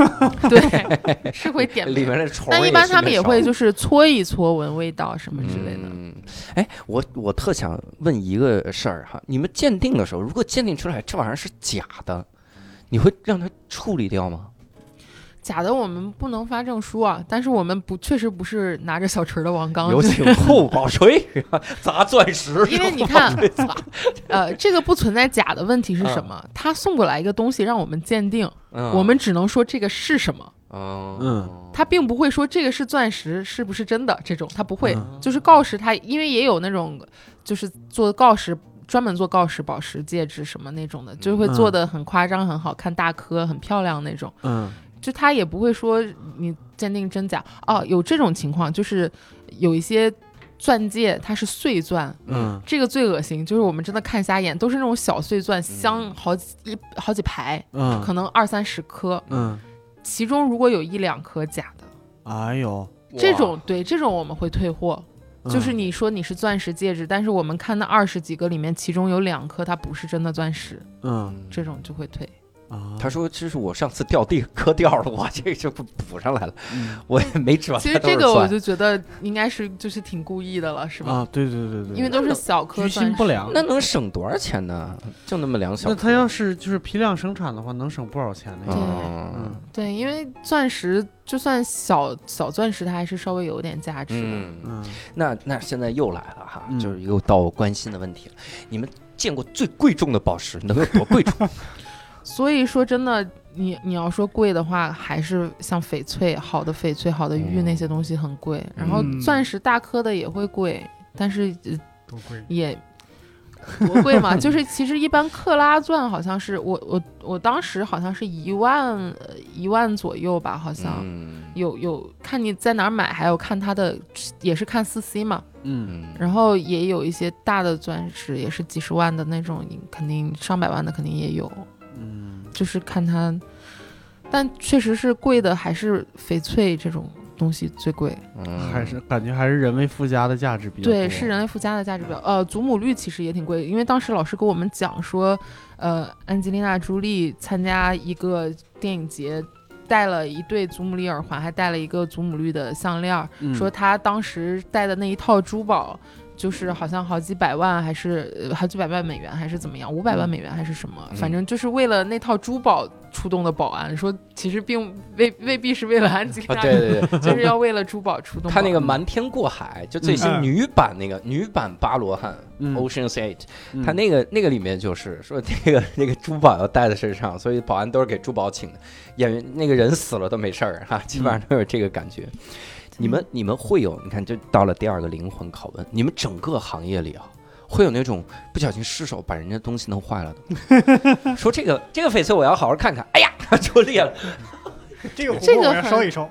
S9: 对是会点
S5: 里
S9: 的。
S5: 面的虫儿
S9: 但
S5: 也
S9: 一
S5: 是
S9: 般他们也
S5: 那种
S9: 会就是搓一搓闻味道什么之类的。
S5: 嗯，哎，我我特想问一个事儿哈，你们鉴定的时候，如果鉴定出来这玩意儿是假的，你会让它处理掉吗？
S9: 假的我们不能发证书啊，但是我们不确实不是拿着小锤儿的王刚，
S5: 有
S9: *laughs*
S5: 请后宝锤 *laughs* 砸钻石，
S9: 啊因为你看，呃，这个不存在假的问题是什么？他送过来一个东西让我们鉴定，
S5: 嗯
S9: 我们只能说这个是什么，
S5: 嗯
S9: 他并不会说这个是钻石是不是真的这种，他不会。
S5: 嗯
S9: 就是锆石它，因为也有那种就是做锆石。专门做锆石、宝石、戒指什么那种的，
S5: 嗯
S9: 就是会做的很夸张、很好看、大颗、很漂亮那种。
S8: 嗯
S9: 就他也不会说你鉴定真假哦。有这种情况，就是有一些钻戒它是碎钻，
S8: 嗯
S9: 这个最恶心，就是我们真的看瞎眼，都是那种小碎钻，镶好几一好几排，
S8: 嗯
S9: 可能二三十颗，
S8: 嗯，
S9: 其中如果有一两颗假的，
S8: 哎呦，
S9: 这种对这种我们会退货。
S8: 嗯
S9: 就是你说你是钻石戒指，但是我们看那二十几个里面，其中有两颗它不是真的钻石，
S8: 嗯
S9: 这种就会退。
S8: 啊，
S5: 他说：“这是我上次掉地磕掉了，我 *laughs* 这个就不补上来了，
S8: 嗯
S5: 我也没指望
S9: 其
S5: 它
S9: 实
S5: 都
S9: 这
S5: 是
S9: 个我
S5: 钻。
S9: 就觉得应该是就是挺故意的了，是吧？
S8: 啊，对对对对，
S9: 因为都是小颗
S8: 居
S9: 钻
S8: 心
S9: 石。
S8: 不良。
S5: 那能省多少钱呢？就那么两小
S8: 那
S5: 颗。
S8: 他要是就是批量生产的话，能省不少钱
S9: 对
S8: 呢。
S5: 嗯
S8: 嗯
S9: 对，因为钻石就算小小钻石，它还是稍微有点价值的。
S5: 嗯
S8: 嗯，
S5: 那那现在又来了哈，
S8: 嗯
S5: 就是又到我关心的问题了。你们见过最贵重的宝石能有多贵
S8: *laughs*
S5: 重？
S9: 所以说真的，你你要说贵的话，还是像翡翠，好的翡翠、好的玉
S5: 嗯
S9: 那些东西很贵，然后
S6: 嗯
S9: 钻石大颗的也会贵，但是呃
S6: *laughs* 多贵！
S9: 也多贵嘛？就是其实一般克拉钻好像是我我我当时好像是一万呃一万左右吧，好像、
S5: 嗯
S9: 有有看你在哪儿买，还有看它的也是看四 C 嘛，
S8: 嗯
S5: 嗯
S9: 然后也有一些大的钻石也是几十万的那种，你肯定上百万的肯定也有，
S8: 嗯
S9: 就是看它，但确实是贵的还是翡翠这种。东西最贵，
S5: 嗯
S8: 还是感觉还是人为附加的价值比较多
S9: 对，是人类附加的价值表。呃，祖母绿其实也挺贵，因为当时老师跟我们讲说，呃，安吉丽娜·朱莉参加一个电影节，戴了一对祖母绿耳环，还戴了一个祖母绿的项链儿，
S8: 嗯
S9: 说她当时戴的那一套珠宝。就是好像好几百万，还是呃好几百万美元，还是怎么样？五百万美元还是什么？
S5: 嗯
S9: 反正就是为了那套珠宝出动的保安，说其实并未未必是为了安吉丽
S5: 啊，
S9: 娜，
S5: 对对对，
S9: 就是要为了珠宝出动保安。
S5: 看那个瞒天过海，就最新
S6: 嗯
S5: 女版那个女版巴罗汉
S8: 嗯
S5: Ocean's Eight，
S8: 嗯
S5: 哦他那个那个里面就是说那个 *laughs* 那个珠宝要戴在身上，所以保安都是给珠宝请的。演员那个人死了都没事儿哈、基本上都有这个感觉。你们你们会有，你看就到了第二个灵魂拷问，你们整个行业里啊，会有那种不小心失手把人家东西弄坏了 *laughs* 的，说这个这个翡翠我要好好看看，哎呀， *laughs* 就裂了，
S6: *laughs* 这个琥
S9: 这
S6: 珀
S9: 个
S6: 我要
S9: 很
S6: 烧一 *laughs*
S9: *laughs*
S6: 烧，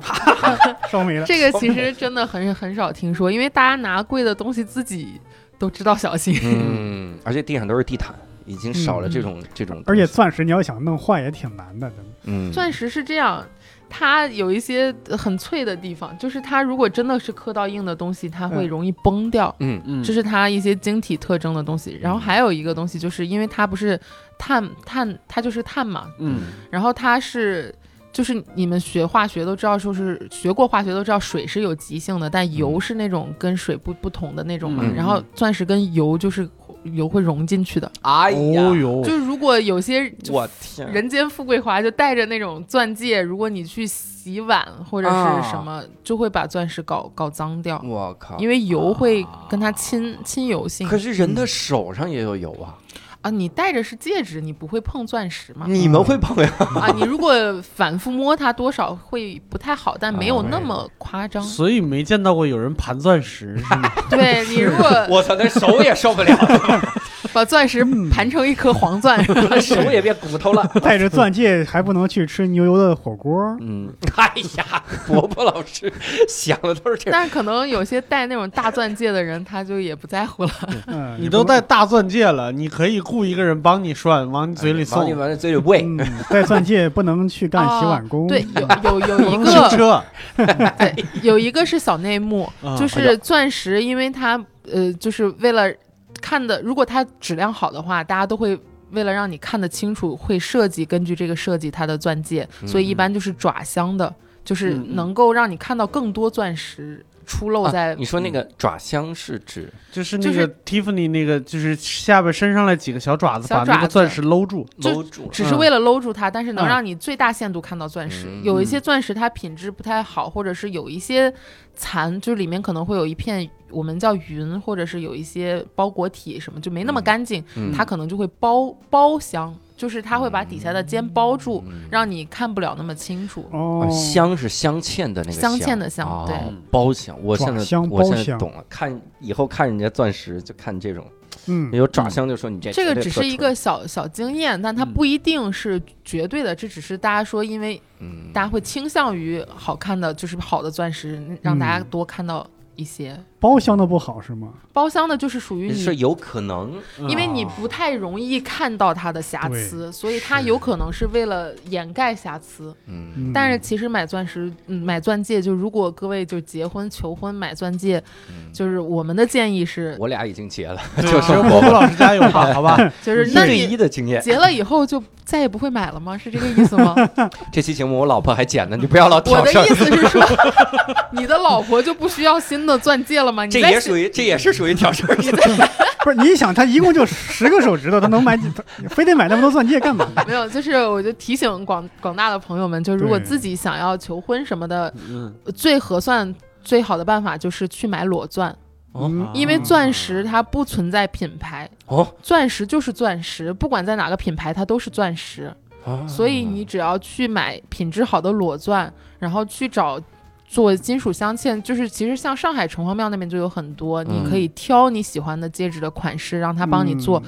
S6: 烧没了。
S5: *laughs*
S9: 这个其实真的很很少听说，因为大家拿贵的东西自己都知道小心。
S5: 嗯，而且地上都是地毯。已经少了这种、这种东西，
S6: 而且钻石你要想弄坏也挺难的， *laughs* 真的
S5: 嗯，
S9: *laughs* 钻石是这样，它有一些很脆的地方，就是它如果真的是磕到硬的东西，它
S6: 嗯
S9: 会容易崩掉。
S5: 嗯
S8: 嗯
S9: 这是它一些晶体特征的东西，然后还有一个东西，就是因为它不是碳碳，它就是碳嘛，
S8: 嗯
S9: 然后它是就是你们学化学都知道，就是学过化学都知道，水是有极性的，但油是那种跟水不不同的那种嘛。
S8: 嗯
S9: 然后钻石跟油就是油会融进去的，
S5: 哎
S8: 哦
S5: 呀，
S8: 呦，
S9: 就是如果有些
S5: 我天，
S9: 人间富贵华就带着那种钻戒，如果你去洗碗或者是什
S8: 啊
S9: 么，就会把钻石搞搞脏掉，
S5: 我靠！
S9: 因为油会跟它亲亲油性
S5: 可是人的手上也有油啊，
S9: 啊。你戴着是戒指，你不会碰钻石嘛？
S5: 你
S8: 嗯
S5: 们会碰呀？
S9: *laughs* 啊，你如果反复摸它，多少会不太好，但没有那么夸张。
S8: 哦所以没见到过有人盘钻
S9: *laughs*
S8: 石是吗？
S9: 对你如果
S5: 我操，那手也受不了，
S9: 把钻石
S8: 嗯
S9: 盘成一颗黄钻，
S8: *laughs*
S5: 手也变骨头了。
S6: 带着钻戒还不能去吃牛油的火锅，
S5: 嗯，哎呀，伯伯老师想的都是这。
S9: 但是可能有些戴那种大钻戒的人，他就也不在乎了。
S6: 嗯，
S8: 你都戴大钻戒了，你可以雇一个人帮你涮，往你嘴里
S5: 往你
S8: 送。
S5: 往这嘴里喂，
S6: 嗯，戴钻戒不能去干洗碗
S8: 嗯
S6: 工，
S9: 哦对，有有
S8: *laughs*
S9: 有一
S8: 修
S9: 个
S8: 车，
S9: 对，有一个是小内幕，
S8: 啊
S9: 就是钻石，因为它呃，就是为了看的，如果它质量好的话，大家都会。为了让你看得清楚，会设计根据这个设计它的钻戒，所以一般就是爪镶的，就是
S8: 嗯嗯
S9: 能够让你看到更多钻石出露
S5: 啊
S9: 在。嗯
S5: 你说那个爪香是指
S8: 就是
S9: 就
S8: 那
S9: 是
S8: 个 Tiffany 那个，就是下边伸上来几个小爪子，
S9: 小
S8: 把那
S9: 爪
S8: 个
S9: 子
S8: 钻石搂住。
S9: 就
S5: 搂住了？
S9: 只是为了搂住它，但是能
S8: 嗯
S9: 让你最大限度看到钻石。
S5: 嗯
S9: 有一些钻石它品质不太好，或者是有一些残，就里面可能会有一片我们叫云，或者是有一些包裹体什么，就没那么
S5: 嗯
S9: 干净，
S5: 嗯
S9: 它可能就会包包香，就是它会把底下的
S5: 嗯
S9: 尖包住，让你看不了那么清楚。
S5: 啊，，
S6: 哦
S5: 镶是镶嵌的那个
S9: 镶嵌的镶
S5: 哦
S9: 对
S5: 包镶。我现
S6: 爪
S5: 在
S6: 镶
S5: 我
S6: 包
S5: 现在
S6: 镶
S5: 懂了，看以后看人家钻石就看这种，
S6: 嗯，
S5: 有爪镶就说你这
S9: 这
S5: 绝
S9: 个
S5: 对
S9: 只
S5: 特
S9: 是一
S5: 蠢
S9: 个，小小经验，但它
S8: 嗯
S9: 不一定是绝对的，这只是大家说，因为
S5: 嗯，
S9: 大家会倾向于好看的，就是好的钻石，让大家
S6: 嗯
S9: 多看到一些。
S6: 包厢的不好是吗？
S9: 包厢的就是属于你
S5: 是有啊可能
S9: 因为你不太容易看到它的瑕疵，所以它
S6: 是
S9: 有可能是为了掩盖瑕疵。
S5: 嗯
S6: 嗯、
S9: 但是其实买钻石、嗯买钻戒，就如果各位就结婚求婚买钻戒，
S5: 嗯
S9: 就是我们的建议是，
S5: 我俩已经结了，
S8: 对
S5: 就是
S8: 只有
S5: 我
S8: 伯伯老师家有吧？好吧，
S9: 就是
S5: 一
S9: 那
S5: 对一
S9: 你
S5: 的经验。
S9: 结了以后就再也不会买了吗？是这个意思吗？
S5: 这期节目我老婆还剪呢，你不要老
S9: 我
S5: 挑
S9: 的
S5: 事儿
S9: 意。思是说， *laughs* 你的老婆就不需要新的钻戒了吗？你
S5: 这
S9: 再
S5: 也
S9: 去
S5: 属于这也是属于挑事儿。
S6: 不是你想，他一共就十个手指头，他能买几？ *laughs* 他非得买那么多钻戒干嘛？
S9: 没有，就是我就提醒广广大的朋友们，就如果
S6: 对
S9: 自己想要求婚什么的，
S8: 嗯，
S9: 最合算、最好的办法就是去买裸钻，
S6: 嗯
S9: 因为钻石它不存在品牌，
S5: 哦，
S9: 钻石就是钻石，不管在哪个品牌它都是钻石，
S5: 啊
S9: 所以你只要去买品质好的裸钻，然后去找。做金属镶嵌，就是其实像上海城隍庙那边就有很多，你可以
S5: 嗯
S9: 挑你喜欢的戒指的款式，让他帮你做。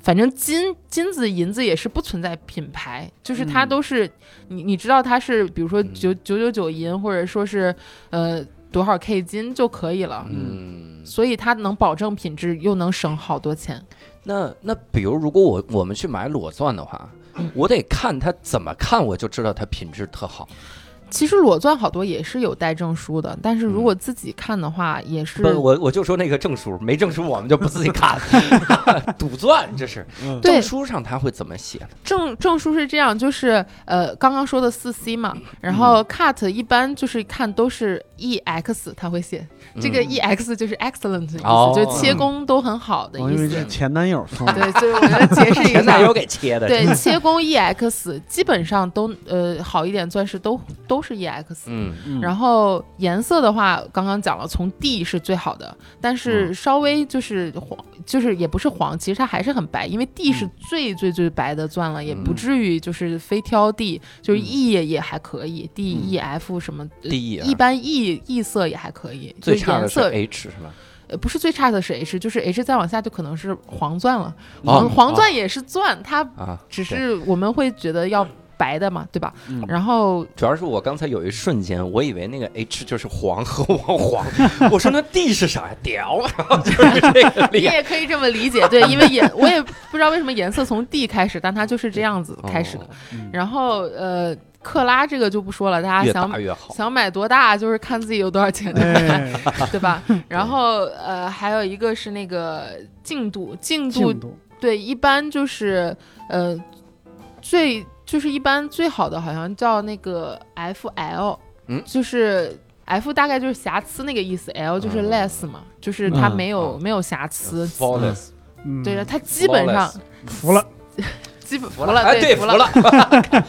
S9: 反正金金子银子也是不存在品牌，就是它
S8: 嗯
S9: 都是、你你知道它是比如说
S5: 嗯
S9: 九九九九银或者说是呃多少 K 金就可以了，
S5: 嗯，
S9: 所以它能保证品质又能省好多钱。
S5: 那那比如如果我我们去买裸钻的话，
S9: 嗯
S5: 我得看它怎么看，我就知道它品质特好。
S9: 其实裸钻好多也是有带证书的，但是
S5: 嗯
S9: 如果自己看的话，也是
S5: 不，我我就说那个证书，没证书我们就不自己看， *laughs* 赌钻这是。
S9: 对
S5: 证书上它会怎么写的？
S9: 证证书是这样，就是呃刚刚说的四 C 嘛，
S5: 嗯
S9: 然后 cut 一般就是看都是 EX，它会写这个
S5: 嗯
S9: EX 就是 excellent 的意思，
S5: 哦
S9: 就是切工都很好的
S8: 我
S9: 嗯意
S8: 以
S9: 思。
S8: 为这是前男友送的。
S9: *laughs* 对，所以
S5: *laughs*
S9: 我来解释一
S5: 前男
S9: 下
S5: 友。给切的。
S9: 对，切工 EX 基本上都呃好一点钻石都都是 E EX，、
S5: 嗯，
S8: 嗯
S9: 然后颜色的话，刚刚讲了，从 D 是最好的，但
S5: 嗯
S9: 是稍微就是黄，就是也不是黄，其实它还是很白，因为 D
S5: 嗯
S9: 是最最最白的钻了，也不至于就是非挑 D，就是
S5: 嗯
S9: E 也也还可以、d E F 什么，呃
S5: 第一啊
S9: 一般 E E 色也还可以，
S5: 最
S9: 就
S5: 差的
S9: 颜
S5: 是
S9: 色
S5: H 是吧？
S9: 呃，不是最差的是 H，就是 H 再往下就可能是黄钻了。
S5: 哦
S9: 黄黄钻也是钻，它
S5: 啊，
S9: 只
S5: 对
S9: 是我们会觉得要白的嘛，对吧？
S8: 嗯
S9: 然后
S5: 主要是我刚才有一瞬间，我以为那个 H 就是黄和王黄，我说那 D 是啥呀？屌，就是这个
S9: 你
S5: 脸。
S9: 也可以这么理解，对，因为颜我也不知道为什么颜色从 D 开始，但它就是这样子开始的。
S5: 哦
S9: 然后呃，克拉这个就不说了，大家
S5: 越
S9: 想
S5: 大越好。
S9: 想买多大，就是看自己有多少钱，
S6: 哎，
S9: *laughs*
S5: *laughs*
S9: 对吧？然后呃，还有一个是那个净度，净度
S6: 进度
S9: 对，一般就是呃最。就是一般最好的好像叫那个 FL，
S5: 嗯
S9: 就是 F 大概就是瑕疵那个意思，L 就是
S5: 嗯
S9: less 嘛，就是它
S8: 嗯
S9: 没有、
S5: 啊
S9: 没有瑕疵。
S5: flawless，
S6: 嗯，
S9: 对的，它基本上
S5: flawless
S9: *laughs*
S6: 服了，
S9: 基本服
S5: 服了，哎，
S9: 对
S5: 服
S9: 服了，
S5: 了，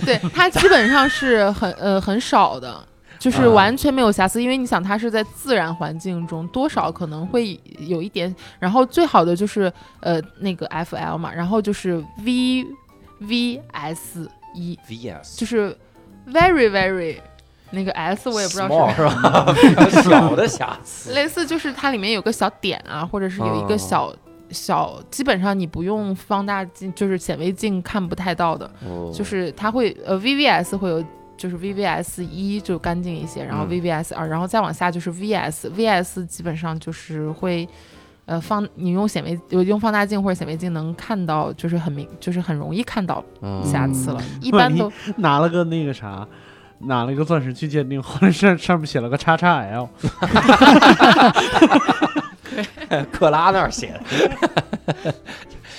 S9: 对它基本上是很呃很少的。就是完全没有瑕疵，因为你想，它是在自然环境中，多少可能会有一点。然后最好的就是呃那个 FL 嘛，然后就是 V V S 一，
S5: VS
S9: 就是 very very 那个 S 我也不知道是
S5: small 是吧？小的瑕疵，
S9: 类似就是它里面有个小点啊，或者是有一
S5: 嗯
S9: 个小、小，基本上你不用放大镜，就是显微镜看不太到的，
S5: 哦
S9: 就是它会呃 VVS 会有。就是 VVS 一就干净一些，然后
S5: 嗯
S9: VVS 二、然后再往下就是 VS，VS 基本上就是会，呃，放你用显微有用放大镜或者显微镜能看到，就是很明，就是很容易看到
S5: 嗯
S9: 瑕疵了。一
S8: 万
S9: 般
S8: 一
S9: 都
S8: 拿了个那个啥，拿了个钻石去鉴定，后来上上面写了个叉叉 L，
S5: 克拉那儿写的。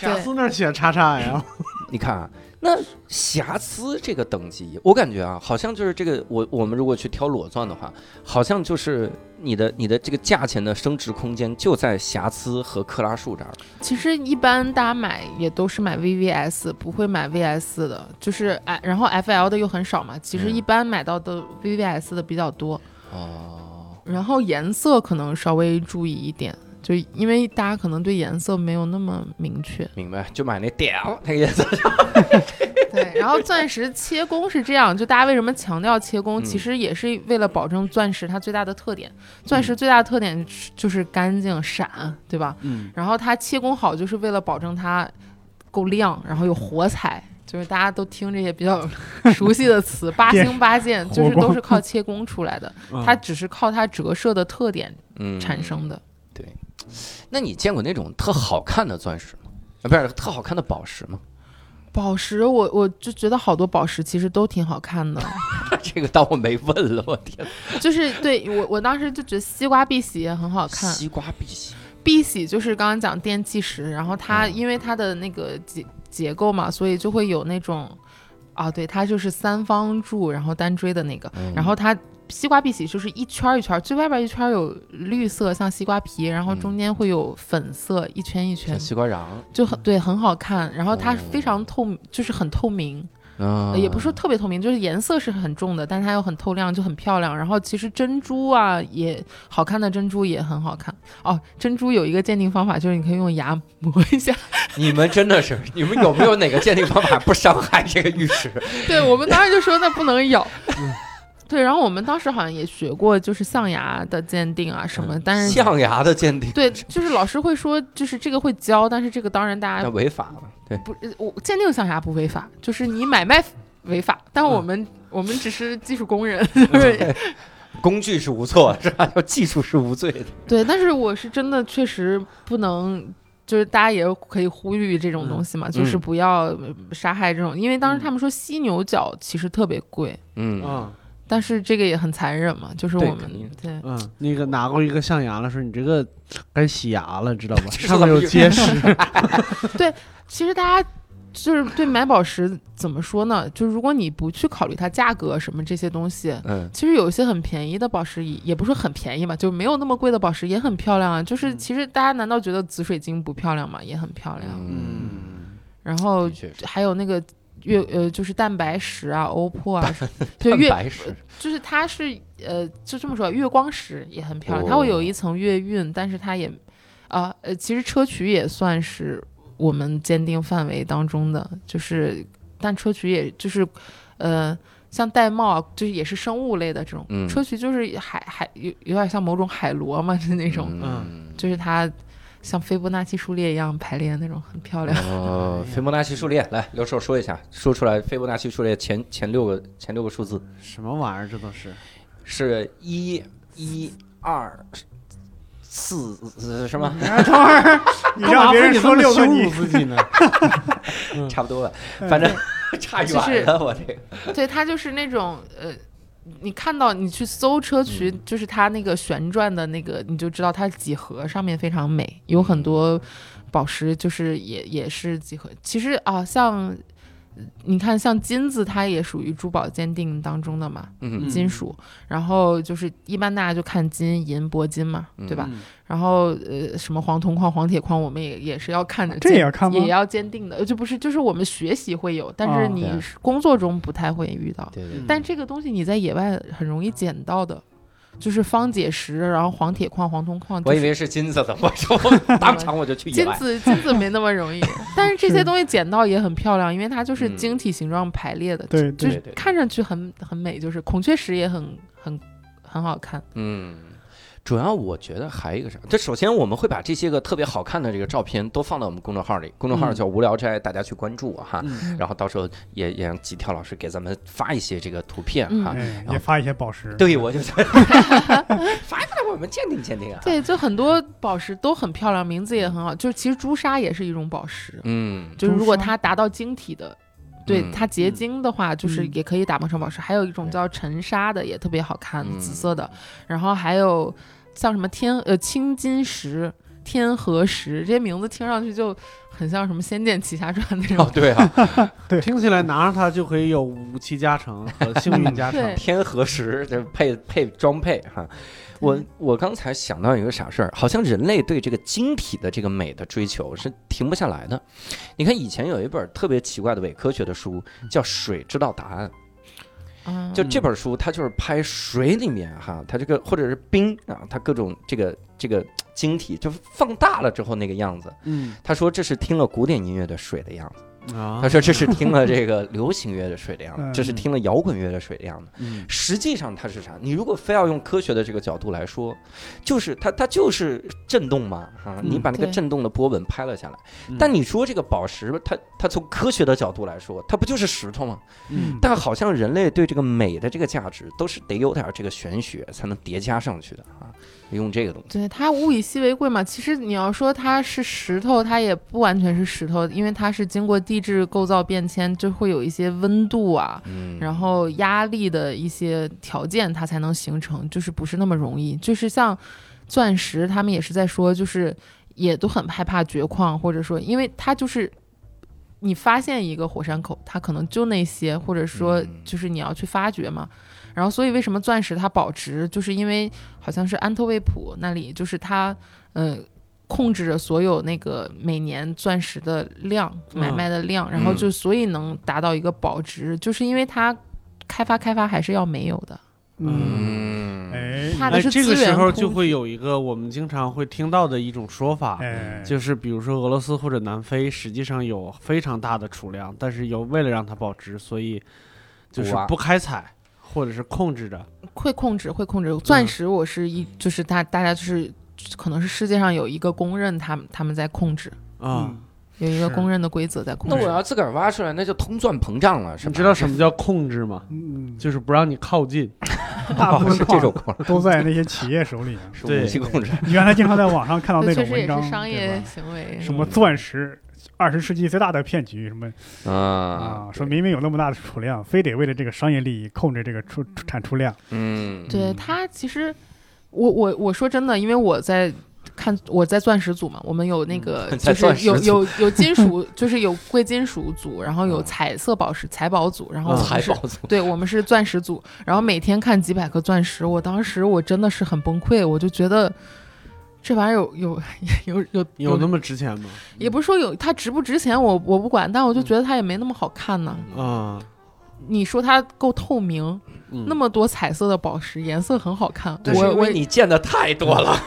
S8: 瑕疵那儿写叉叉 L，
S5: 你看啊，那瑕疵这个等级，我感觉啊，好像就是这个我我们如果去挑裸钻的话，好像就是你的你的这个价钱的升值空间就在瑕疵和克拉数这儿。
S9: 其实一般大家买也都是买 VVS，不会买 VS 的，就是哎，然后 FL 的又很少嘛。其实
S5: 嗯
S9: 一般买到的 VVS 的比较多，
S5: 哦，。
S9: 然后颜色可能稍微注意一点，就因为大家可能对颜色没有那么明确
S5: 明白，就买那点儿 *laughs* 那个颜色。
S9: 对，然后钻石切工是这样，就大家为什么强调切工，
S5: 嗯
S9: 其实也是为了保证钻石它最大的特点。钻
S5: 嗯
S9: 石最大的特点是就是干净闪，对吧？
S8: 嗯，
S9: 然后它切工好，就是为了保证它够亮，然后有火彩，就是大家都听这些比较 *laughs* 熟悉的词，八星八件，
S6: 火
S9: 就是都
S6: 光
S9: 是靠切工出来的，它只是靠它折射的特点
S5: 嗯
S9: 产生的。
S5: 那你见过那种特好看的钻石吗？啊，不是特好看的宝石吗？ *laughs*
S9: 宝石，我我就觉得好多宝石其实都挺好看的，
S5: 这个当我没问了，我天！
S9: 就是对我我当时就觉得西瓜碧玺也很好看，
S5: 西瓜碧玺，
S9: 碧玺就是刚刚讲电气石，然后它
S5: 嗯
S9: 因为它的那个结结构嘛，所以就会有那种啊，对，它就是三方柱，然后单锥的那个，
S5: 嗯
S9: 然后它西瓜碧玺就是一圈儿一圈儿，最外边一圈儿有绿色，像西瓜皮，然后
S5: 嗯
S9: 中间会有粉色，一圈一圈
S5: 像，西瓜瓤，
S9: 就很对，很好看。然后它
S5: 哦
S9: 非常透，就是很透明，
S5: 嗯
S9: 呃也不是 *laughs* 说特别透明，就是颜色是很重的，但是它又很透亮，就很漂亮。然后其实珍珠啊，也好看的珍珠也很好看哦。珍珠有一个鉴定方法，就是你可以用牙 *laughs* 磨
S5: *laughs*
S9: 一下。
S5: 你们真的是，你们有没有哪个鉴定方法不伤害这个玉石？
S9: 对我们当时就说那不
S5: *laughs*
S9: 能咬。
S5: 嗯
S9: 对，然后我们当时好像也学过，就是象牙的鉴定啊什么，但
S5: 嗯
S9: 是
S5: 象牙的鉴定，
S9: 对，就是老师会说，就是这个会教，但是这个当然大
S5: 那
S9: 家
S5: 违法了。对，
S9: 不，呃我鉴定象牙不违法，就是你买卖违法，
S5: 嗯
S9: 但我们、我们只是技术工人， *laughs* 就是
S5: 工具是无错，是吧？要 *laughs* 技术是无罪的。
S9: 对，但是我是真的确实不能。就是大家也可以呼吁这
S5: 嗯
S9: 种东西嘛，就是不要呃杀害这种，因为当时他们说犀牛角其实特别贵，
S5: 嗯，
S8: 嗯
S9: 但是这个也很残忍嘛，就是
S5: 对
S9: 我
S5: 肯定
S9: 们对
S8: 嗯，那个拿过一个象牙了，说你这个该洗牙了，知道吧？
S5: 知道
S8: 上面有结石，
S9: 其实大家就是对买宝石怎么说呢？就是如果你不去考虑它价格什么这些东西，
S5: 嗯，
S9: 其实有一些很便宜的宝石也也不是很便宜嘛，就没有那么贵的宝石也很漂亮啊。
S5: 嗯
S9: 就是其实大家难道觉得紫水晶不漂亮吗？也很漂亮。
S5: 嗯，
S9: 然后
S5: 的确是
S9: 还有那个月呃，就是蛋白石啊、欧珀啊，就
S5: 蛋
S9: 月
S5: 白石，
S9: 就是它是呃，就这么说，月光石也很漂亮，
S5: 哦
S9: 它会有一层月晕，但是它也啊呃其实砗磲也算是我们鉴定范围当中的，就是但砗磲也就是呃。像玳瑁啊，就是也是生物类的这种，
S5: 嗯
S9: 砗磲就是海海有有点像某种海螺嘛，就是那种，
S5: 嗯，
S9: 就是它像斐波那契数列一样排列那种，很漂亮。
S5: 呃，斐波那契数列，来，刘硕说一下，说出来斐波那契数列前前六个前六个数字
S8: 什么玩意儿？这都是
S5: 是一一二四呃什么，
S6: 哎
S9: *laughs*
S6: 你
S8: 干嘛
S6: 让别人
S8: 非得
S6: 说
S8: 这么
S6: 六个
S8: 羞
S6: 你哎
S8: 辱，自己呢？
S5: 差不多了，反正 *laughs* 差远了，我这个，
S9: 对，它就是那种呃，你看到你去搜车渠，就是它那个旋转的那个，你就知道它是几何上面非常美，有很多宝石就是也也是几何。其实啊，像你看像金子，它也属于珠宝鉴定当中的嘛，
S5: 嗯
S9: 金属。然后就是一般大家就看金银铂金嘛，对吧？
S8: 嗯
S9: 然后呃，什么黄铜矿、黄铁矿，我们也也是要看的，
S6: 这也要看啊吗
S9: 也要鉴定的，呃就不是就是我们学习会有，但
S6: 啊
S9: 是你
S5: 对啊
S9: 是工作中不太会遇到。
S5: 对对
S8: 嗯
S9: *laughs* 但这个东西你在野外很容易捡到的，就是方解石，然后黄铁矿、黄铜矿，就
S5: 我
S9: 是
S5: 以为是金子的，我说当场我就去野
S9: 金
S5: 外。
S9: 子金子没那
S5: *laughs*
S9: 么容易，但是这些东西捡到也很漂亮，因为它就是
S5: 嗯
S9: 晶体形状排列的，
S6: 对
S9: 就
S6: 对
S9: 是看上去很很美，就是孔雀石也很很很好看。
S5: 嗯，主要我觉得还有一个啥，这首先我们会把这些个特别好看的这个照片都放到我们公众号里，公众号
S8: 嗯
S5: 叫无聊斋，大家去关注啊哈。
S8: 嗯
S5: 然后到时候也也让吉跳老师给咱们发一些这个图片啊
S9: 嗯
S5: 哈。
S6: 哎
S5: 然，后
S6: 也发一些宝石。
S5: 对，我就想发出来，我们鉴定鉴定啊。
S9: 对，就很多宝石都很漂亮，名字也很好，就是其实朱砂也是一种宝石，
S5: 嗯，
S9: 就是如果
S6: 朱砂
S9: 它达到晶体的。对
S5: 嗯
S9: 它结晶的话，就是
S6: 嗯
S9: 也可以打磨成宝石。还有一种
S5: 对
S9: 叫沉沙的，也特别好看，
S5: 嗯
S9: 紫色的。然后还有像什么天呃青金石、天河石，这些名字听上去就很像什么《仙剑奇侠传》那种。
S5: 哦对啊， *laughs*
S8: 听起来拿着它就可以有武器加成和幸运加成。
S9: 对
S5: 天河石这配配装配哈。我
S9: 嗯
S5: 我刚才想到一个啥事儿，好像人类对这个晶体的这个美的追求是停不下来的。你看以前有一本特别奇怪的伪科学的书，叫《水知道答案》，
S9: 嗯
S5: 就这本书它就是拍水里面哈，它这个或者是冰啊，它各种这个这个晶体就放大了之后那个样子。
S8: 嗯
S5: 他说这是听了古典音乐的水的样子，
S8: 啊
S5: 他说这是听了这个流行乐的水的样子，
S6: 嗯
S5: 这是听了摇滚乐的水的样子。
S8: 嗯
S5: 实际上它是啥？你如果非要用科学的这个角度来说，就是它它就是震动嘛，啊，
S8: 嗯
S5: 你把那个
S9: 对
S5: 震动的波纹拍了下来。
S8: 嗯
S5: 但你说这个宝石，它它从科学的角度来说，它不就是石头吗？
S8: 嗯
S5: 但好像人类对这个美的这个价值，都是得有点这个玄学才能叠加上去的啊。用这个东西，
S9: 对它物以稀为贵嘛。其实你要说它是石头，它也不完全是石头，因为它是经过地质构造变迁，就会有一些温度啊，
S5: 嗯
S9: 然后压力的一些条件，它才能形成，就是不是那么容易。就是像钻石，他们也是在说，就是也都很害怕掘矿，或者说，因为它就是你发现一个火山口，它可能就那些，或者说
S5: 嗯
S9: 就是你要去发掘嘛。然后，所以为什么钻石它保值，就是因为好像是安特卫普那里，就是它，呃。控制着所有那个每年钻石的量、
S8: 嗯
S9: 买卖的量，然后就所以能达到一个保值，就是因为它开发开发还是要没有的，
S6: 嗯，
S5: 嗯，
S6: 哎
S9: 怕的
S8: 哎，
S9: 是
S8: 这个
S9: 资
S8: 时
S9: 源
S8: 候
S9: 空
S8: 就会有一个我们经常会听到的一种说法，
S6: 哎，
S8: 嗯就是比如说俄罗斯或者南非，实际上有非常大的储量，但是有为了让它保值，所以就是
S5: 挖
S8: 不开采或者是控制着。
S9: 会控制会控制。钻石我是一就是大大家就是可能是世界上有一个公认他们他们在控制，
S6: 嗯
S8: 啊，
S9: 有一个
S6: 是
S9: 公认的规则在控
S5: 那
S9: 制。
S5: 我要自个儿挖出来，那就通钻膨胀了，是吧？
S8: 你知道什么叫控制吗？
S6: 嗯，
S8: 就是不让你靠近。
S6: 大部分
S5: *laughs* 是这种控
S6: 矿都在那些企业手里。啊
S5: 是
S8: 对
S5: *laughs* 武器控制，
S6: 你原来经常在网上看到那
S9: 这
S6: 种
S9: 确实
S6: 文
S9: 也
S6: 章，
S9: 是商
S6: 对
S9: 业
S6: 吧
S9: 行为，
S6: 什么钻石，二十世纪最大的骗局，什么
S5: 啊
S6: 啊，说明明有那么大的储量，非得为了这个商业利益控制这个出出产出量。
S5: 嗯，
S9: 对
S6: 嗯
S9: 它其实，我我我说真的，因为我在看我在钻石组嘛，我们有那个
S5: 嗯在
S9: 就
S5: 钻石
S9: 是有
S5: 组
S9: 有有金
S5: *laughs*
S9: 属，就是有贵金属组，然后有
S5: 嗯啊
S9: 彩色宝石财宝组，然后我们
S5: 财
S9: 是
S5: 宝组
S9: 对我们是钻石组，然后每天看几百颗钻石，我当时我真的是很崩溃，我就觉得这玩意儿有有 *laughs* 有有
S8: 有那么值钱吗？
S9: 也不是说有它值不值钱我，我不管，但我就
S8: 嗯
S9: 觉得它也没那么好看呢。
S8: 啊，
S9: 你说它够透明，
S8: 嗯
S9: 那么多彩色的宝石，颜色很好看，
S5: 是
S9: 我
S5: 因
S9: 我
S5: 为你见的太多了，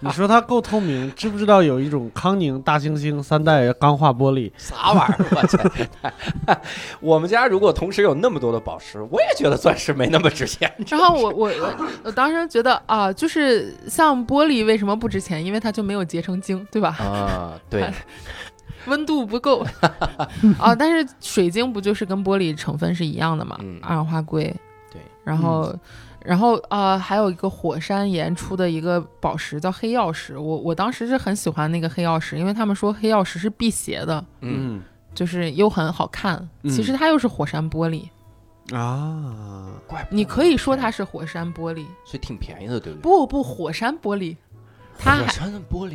S8: 你说它够透明，知不知道有一种康宁大猩猩三代钢化玻璃？
S5: *laughs* 啥玩意儿？我去！ *laughs* 我们家如果同时有那么多的宝石，我也觉得钻石没那么值钱。
S9: 然后我我我我当时觉得啊，就是像玻璃为什么不值钱？因为它就没有结成晶，对吧？
S5: *laughs* 啊， *laughs* 对，
S9: 温度不够啊。但是水晶不就是跟玻璃成分是一样的嘛？
S5: 嗯
S9: 二氧化硅。
S5: 对。
S9: 然后，然后啊，还有一个火山岩出的一个宝石叫黑曜石，我我当时是很喜欢那个黑曜石，因为他们说黑曜石是辟邪的，
S5: 嗯，
S9: 就是又很好看。
S8: 嗯
S9: 其实它又是火山玻璃，
S8: 啊，
S5: 怪不
S9: 你
S5: 得
S9: 可以说它是火山玻璃，
S5: 所以挺便宜的，对不对？
S9: 不不，火山玻璃，它
S5: 火
S9: 还。
S5: 山的玻璃，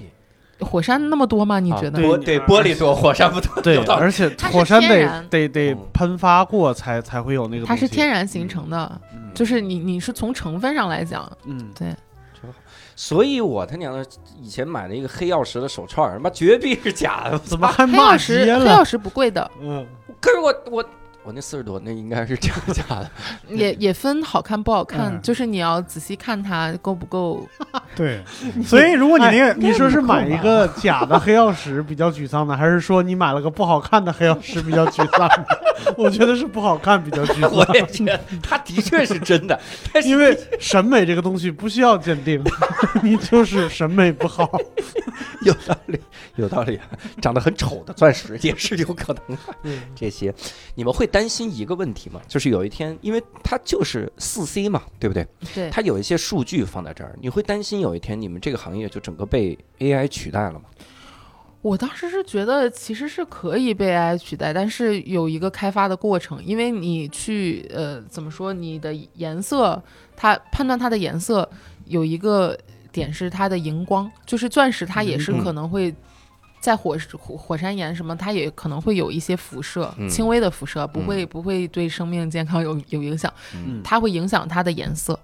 S9: 火山那么多吗？你
S5: 啊
S9: 觉得？
S8: 对
S5: 玻
S8: 你
S5: 对
S8: 二
S5: 玻璃多，火山不多，
S8: 对，
S5: 有道理
S8: 而且
S9: 它是
S8: 火山
S9: 天
S8: 得
S9: 然
S8: 得得
S5: 嗯
S8: 喷发过才才会有那个东西。嗯
S9: 它是天然形成的，
S5: 嗯
S8: 然
S9: 就是你你是从成分上来讲，
S8: 嗯，
S5: 所以我他娘的以前买了一个黑曜石的手串儿，他妈绝壁是假的。
S8: 怎么还
S9: 黑曜
S8: 骂
S9: 石
S8: 街
S9: 黑
S8: 了
S9: 曜？石不贵的，
S8: 嗯，
S5: 可是我我我那四十多，那应该是真的假的。 *laughs*
S9: 也也分好看不好看，
S6: 嗯
S9: 就是你要仔细看它够不够。
S6: 对，所以如果你
S8: 哎
S6: 那个，
S8: 你说是买一个假的黑曜石比较沮丧呢，还是说你买了个不好看的黑曜石比较沮丧呢？ *laughs* 我觉得是不好看比较沮
S5: 我
S8: 丧，
S5: 也觉得它的确是真的，但是
S8: 因为审美这个东西不需要鉴定， *laughs* 你就是审美不好。
S5: *laughs* 有道理，有道理。啊长得很丑的钻石也是有可能的。
S9: 嗯
S5: 这些，你们会担心一个问题吗？就是有一天，因为它就是四 C 嘛，对不对？
S9: 对，
S5: 它有一些数据放在这儿，你会担心有一天你们这个行业就整个被 AI 取代了吗？
S9: 我当时是觉得其实是可以被 AI 取代，但是有一个开发的过程，因为你去呃怎么说，你的颜色，它判断它的颜色有一个点是它的荧光，就是钻石它也是可能会。在火火火山岩什么，它也可能会有一些辐射，
S5: 嗯
S9: 轻微的辐射，不会不会对生命健康有有影响，
S5: 嗯
S9: 它会影响它的颜色。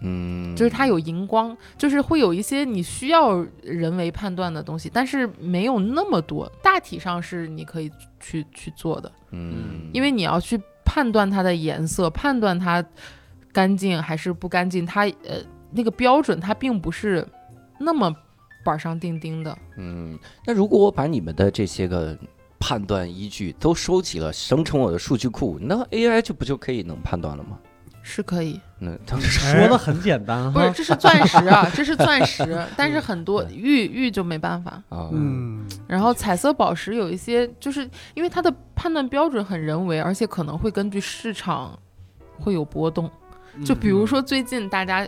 S5: 嗯
S9: 就是它有荧光，就是会有一些你需要人为判断的东西，但是没有那么多。大体上是你可以去去做的，
S5: 嗯
S9: 因为你要去判断它的颜色，判断它干净还是不干净，它呃那个标准它并不是那么板上钉钉的。
S5: 嗯，那如果我把你们的这些个判断依据都收集了，生成我的数据库，那 AI 就不就可以能判断了吗？
S9: 是可以，
S5: 那 *laughs* 他
S8: *laughs*
S9: 嗯
S8: 说的很简单
S9: 不是，
S8: 哈，
S9: 这是钻石啊，这是钻石，但是很多玉玉就没办法。
S5: 啊，
S6: 嗯，
S9: 然后彩色宝石有一些，就是因为它的判断标准很人为，而且可能会根据市场会有波动。
S8: 嗯
S9: 就比如说最近大家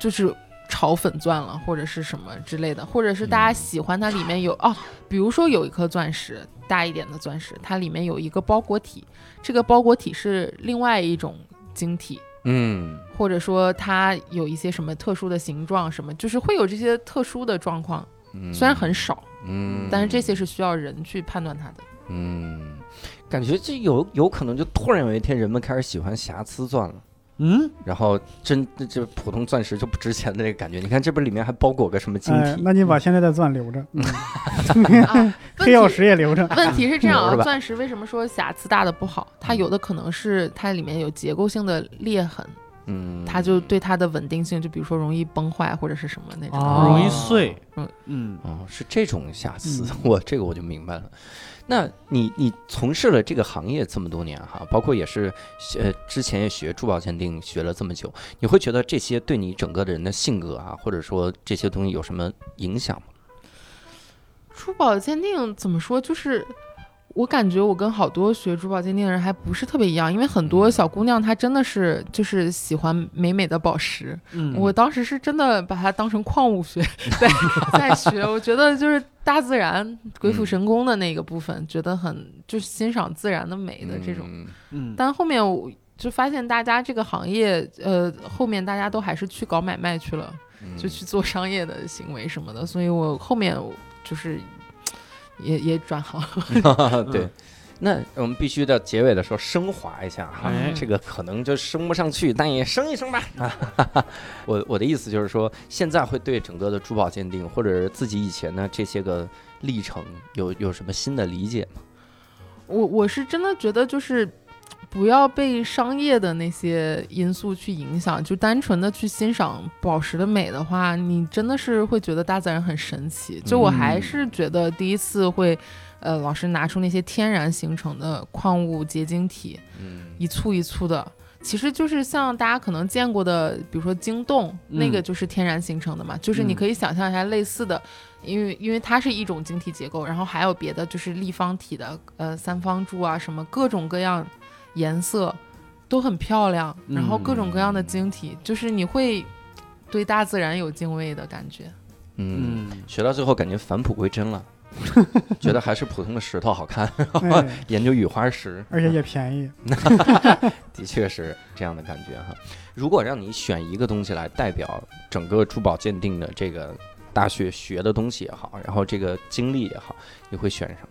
S9: 就是炒粉钻了，或者是什么之类的，或者是大家喜欢它里面有哦，比如说有一颗钻石大一点的钻石，它里面有一个包裹体，这个包裹体是另外一种晶体，
S5: 嗯
S9: 或者说它有一些什么特殊的形状，什么就是会有这些特殊的状况，
S5: 嗯，
S9: 虽然很少。
S5: 嗯，
S9: 但是这些是需要人去判断它的。
S5: 嗯，感觉这有有可能就突然有一天人们开始喜欢瑕疵钻了。
S6: 哎
S8: 嗯，
S5: 然后真这普通钻石就不值钱的那个感觉，你看这不里面还包裹个什么晶
S6: 哎，
S5: 体？
S6: 那你把现在的钻留着，嗯
S9: *laughs* 啊，
S6: 黑曜
S9: 问题
S6: 石也留
S9: *laughs*
S6: 着，
S9: 问题是这样
S5: 留着嗯
S9: 啊，
S5: 吧
S9: 钻石为什么说瑕疵大的不好？它有的可能是它里面有结构性的裂痕，
S5: 嗯，
S9: 它就对它的稳定性，就比如说容易崩坏或者是什么那种。
S5: 哦
S8: 啊容易碎。
S9: 嗯
S8: 嗯，
S5: 哦，是这种瑕疵，我这个我就明白了。嗯那你你从事了这个行业这么多年哈，包括也是呃之前也学珠宝鉴定学了这么久，你会觉得这些对你整个人的性格啊，或者说这些东西有什么影响吗？
S9: 珠宝鉴定怎么说？就是我感觉我跟好多学珠宝鉴定的人还不是特别一样，因为很多小姑娘她真的是就是喜欢美美的宝石。
S8: 嗯
S9: 我当时是真的把它当成矿物学 *laughs* 在在学，我觉得就是大自然鬼斧神工的那个部分，觉得很就是欣赏自然的美的这种。
S5: 嗯
S8: 嗯
S9: 但后面我就发现大家这个行业，呃，后面大家都还是去搞买卖去了，
S5: 嗯
S9: 就去做商业的行为什么的，所以我后面我就是也也转行了。
S5: *laughs* 对。那我们必须在结尾的时候升华一下哈，
S8: 哎
S5: 这个可能就升不上去，但也升一升吧。 *laughs* 我我的意思就是说，现在会对整个的珠宝鉴定，或者是自己以前的这些个历程，有有什么新的理解吗？
S9: 我我是真的觉得就是。不要被商业的那些因素去影响，就单纯的去欣赏宝石的美的话，你真的是会觉得大自然很神奇。就我
S5: 嗯
S9: 还是觉得第一次会，呃，老师拿出那些天然形成的矿物结晶体，
S5: 嗯
S9: 一簇一簇的，其实就是像大家可能见过的，比如说晶洞，
S8: 嗯
S9: 那个就是天然形成的嘛，就是
S8: 嗯
S9: 你可以想象一下类似的，因为因为它是一种晶体结构，然后还有别的就是立方体的，呃，三方柱啊，什么各种各样颜色都很漂亮，然后各种各样的
S8: 嗯
S9: 晶体，就是你会对大自然有敬畏的感觉。
S5: 嗯，
S8: 嗯，
S5: 学到最后感觉返璞归 *laughs* 真了，觉得还是普通的石头好看， *laughs*
S6: 哎，
S5: 研究雨花石，
S6: 而且也便宜，
S5: *laughs* 的确是这样的感觉哈。如果让你选一个东西来代表整个珠宝鉴定的这个大学学的东西也好，然后这个经历也好，你会选什么？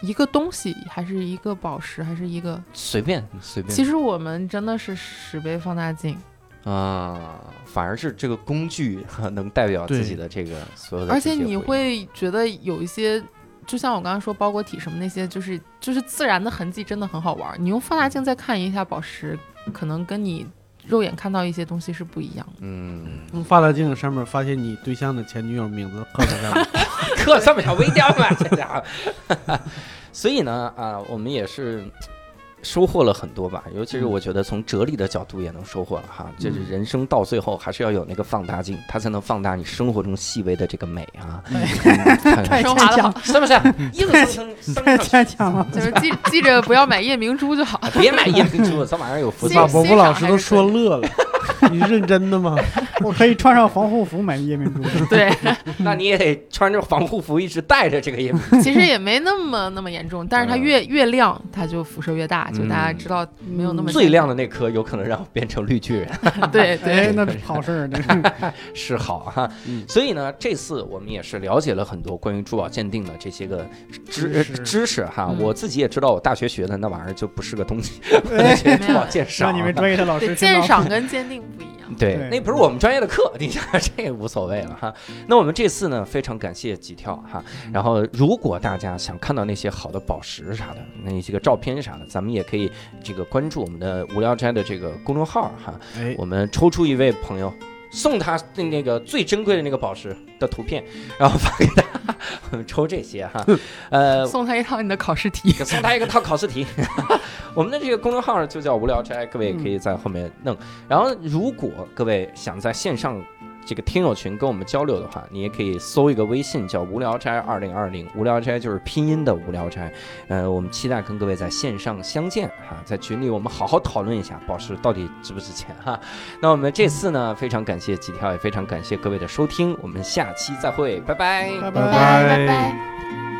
S9: 一个东西还是一个宝石还是一个？
S5: 随便随便。
S9: 其实我们真的是十倍放大镜，
S5: 啊，反而是这个工具哈能代表自己的这个所有的
S9: 而
S5: 这些
S9: 且
S5: 回忆，
S9: 你会觉得有一些，就像我刚刚说包裹体什么那些，就是就是自然的痕迹真的很好玩儿。你用放大镜再看一下宝石，可能跟你肉眼看到一些东西是不一样的。
S5: 嗯，
S8: 从放大镜上面发现你对象的前女友名字刻在上面，
S5: 刻这么小微雕吧，这家伙。所以呢，啊，我们也是收获了很多吧，尤其是我觉得从哲理的角度也能收获了哈。就是人生到最后还是要有那个放大镜，它才能放大你生活中细微的这个美啊。
S6: 太
S9: 升华
S6: 牵强
S9: 了好
S6: 了，
S5: 是 *laughs* 不是？硬生生生
S6: 太
S5: 生
S6: 牵强了。
S9: 就是记记着不要买夜明珠就好。
S5: *laughs* 别买夜明 *laughs* 珠，这玩意儿有辐
S9: 其
S5: 射
S9: 实
S8: 把。伯伯老师都说乐
S5: *laughs*
S8: 了，你认真的吗？
S6: 我可以穿上防护服买夜明珠。
S9: 对，
S5: 那你也得穿着防护服一直带着这
S9: *laughs*
S5: 个夜明珠。
S9: 其实也没那么那么严重，但是它越越亮，它就辐射越大，就大家知道没有那么
S5: 最亮的那颗有可能让我变成绿巨人。
S9: 对对
S6: 哎，那好事儿，真是。
S5: 是好哈、
S6: 嗯
S5: 所以呢，这次我们也是了解了很多关于珠宝鉴定的这些个知
S6: 知识
S5: 知识哈、
S9: 嗯
S5: 我自己也知道，我大学学的那玩意儿就不是个东
S6: *laughs*
S5: 西，我那
S6: 哎
S5: 些珠宝鉴赏啊
S6: 让你们专业的老师
S9: 对，
S6: 听到
S9: 鉴赏跟鉴定不一样。
S5: 对
S6: 对嗯
S5: 那不是我们专业的课，你想这也无所谓了哈。那我们这次呢，非常感谢几跳哈。 *laughs* 然后，如果大家想看到那些好的宝石啥的，那些个照片啥的，咱们也可以这个关注我们的无聊斋的这个公众号哈。
S8: 哎，
S5: 我们抽出一位朋友，送他的那个最珍贵的那个宝石的图片，然后发给他。 *laughs* 我们抽这些哈，呃，
S9: *laughs* 送他一套你的考试题。
S5: 送他一个套考试题。 *laughs* 我们的这个公众号就叫“无聊斋”，各位可以在后面弄。然后，如果各位想在线上这个听友群跟我们交流的话，你也可以搜一个微信叫“无聊斋二零二零”，无聊斋就是拼音的无聊斋。呃，我们期待跟各位在线上相见哈、在群里我们好好讨论一下宝石到底值不值钱哈、那我们这次呢，非常感谢几条，也非常感谢各位的收听，我们下期再会，拜拜
S6: 拜
S8: 拜
S9: 拜拜。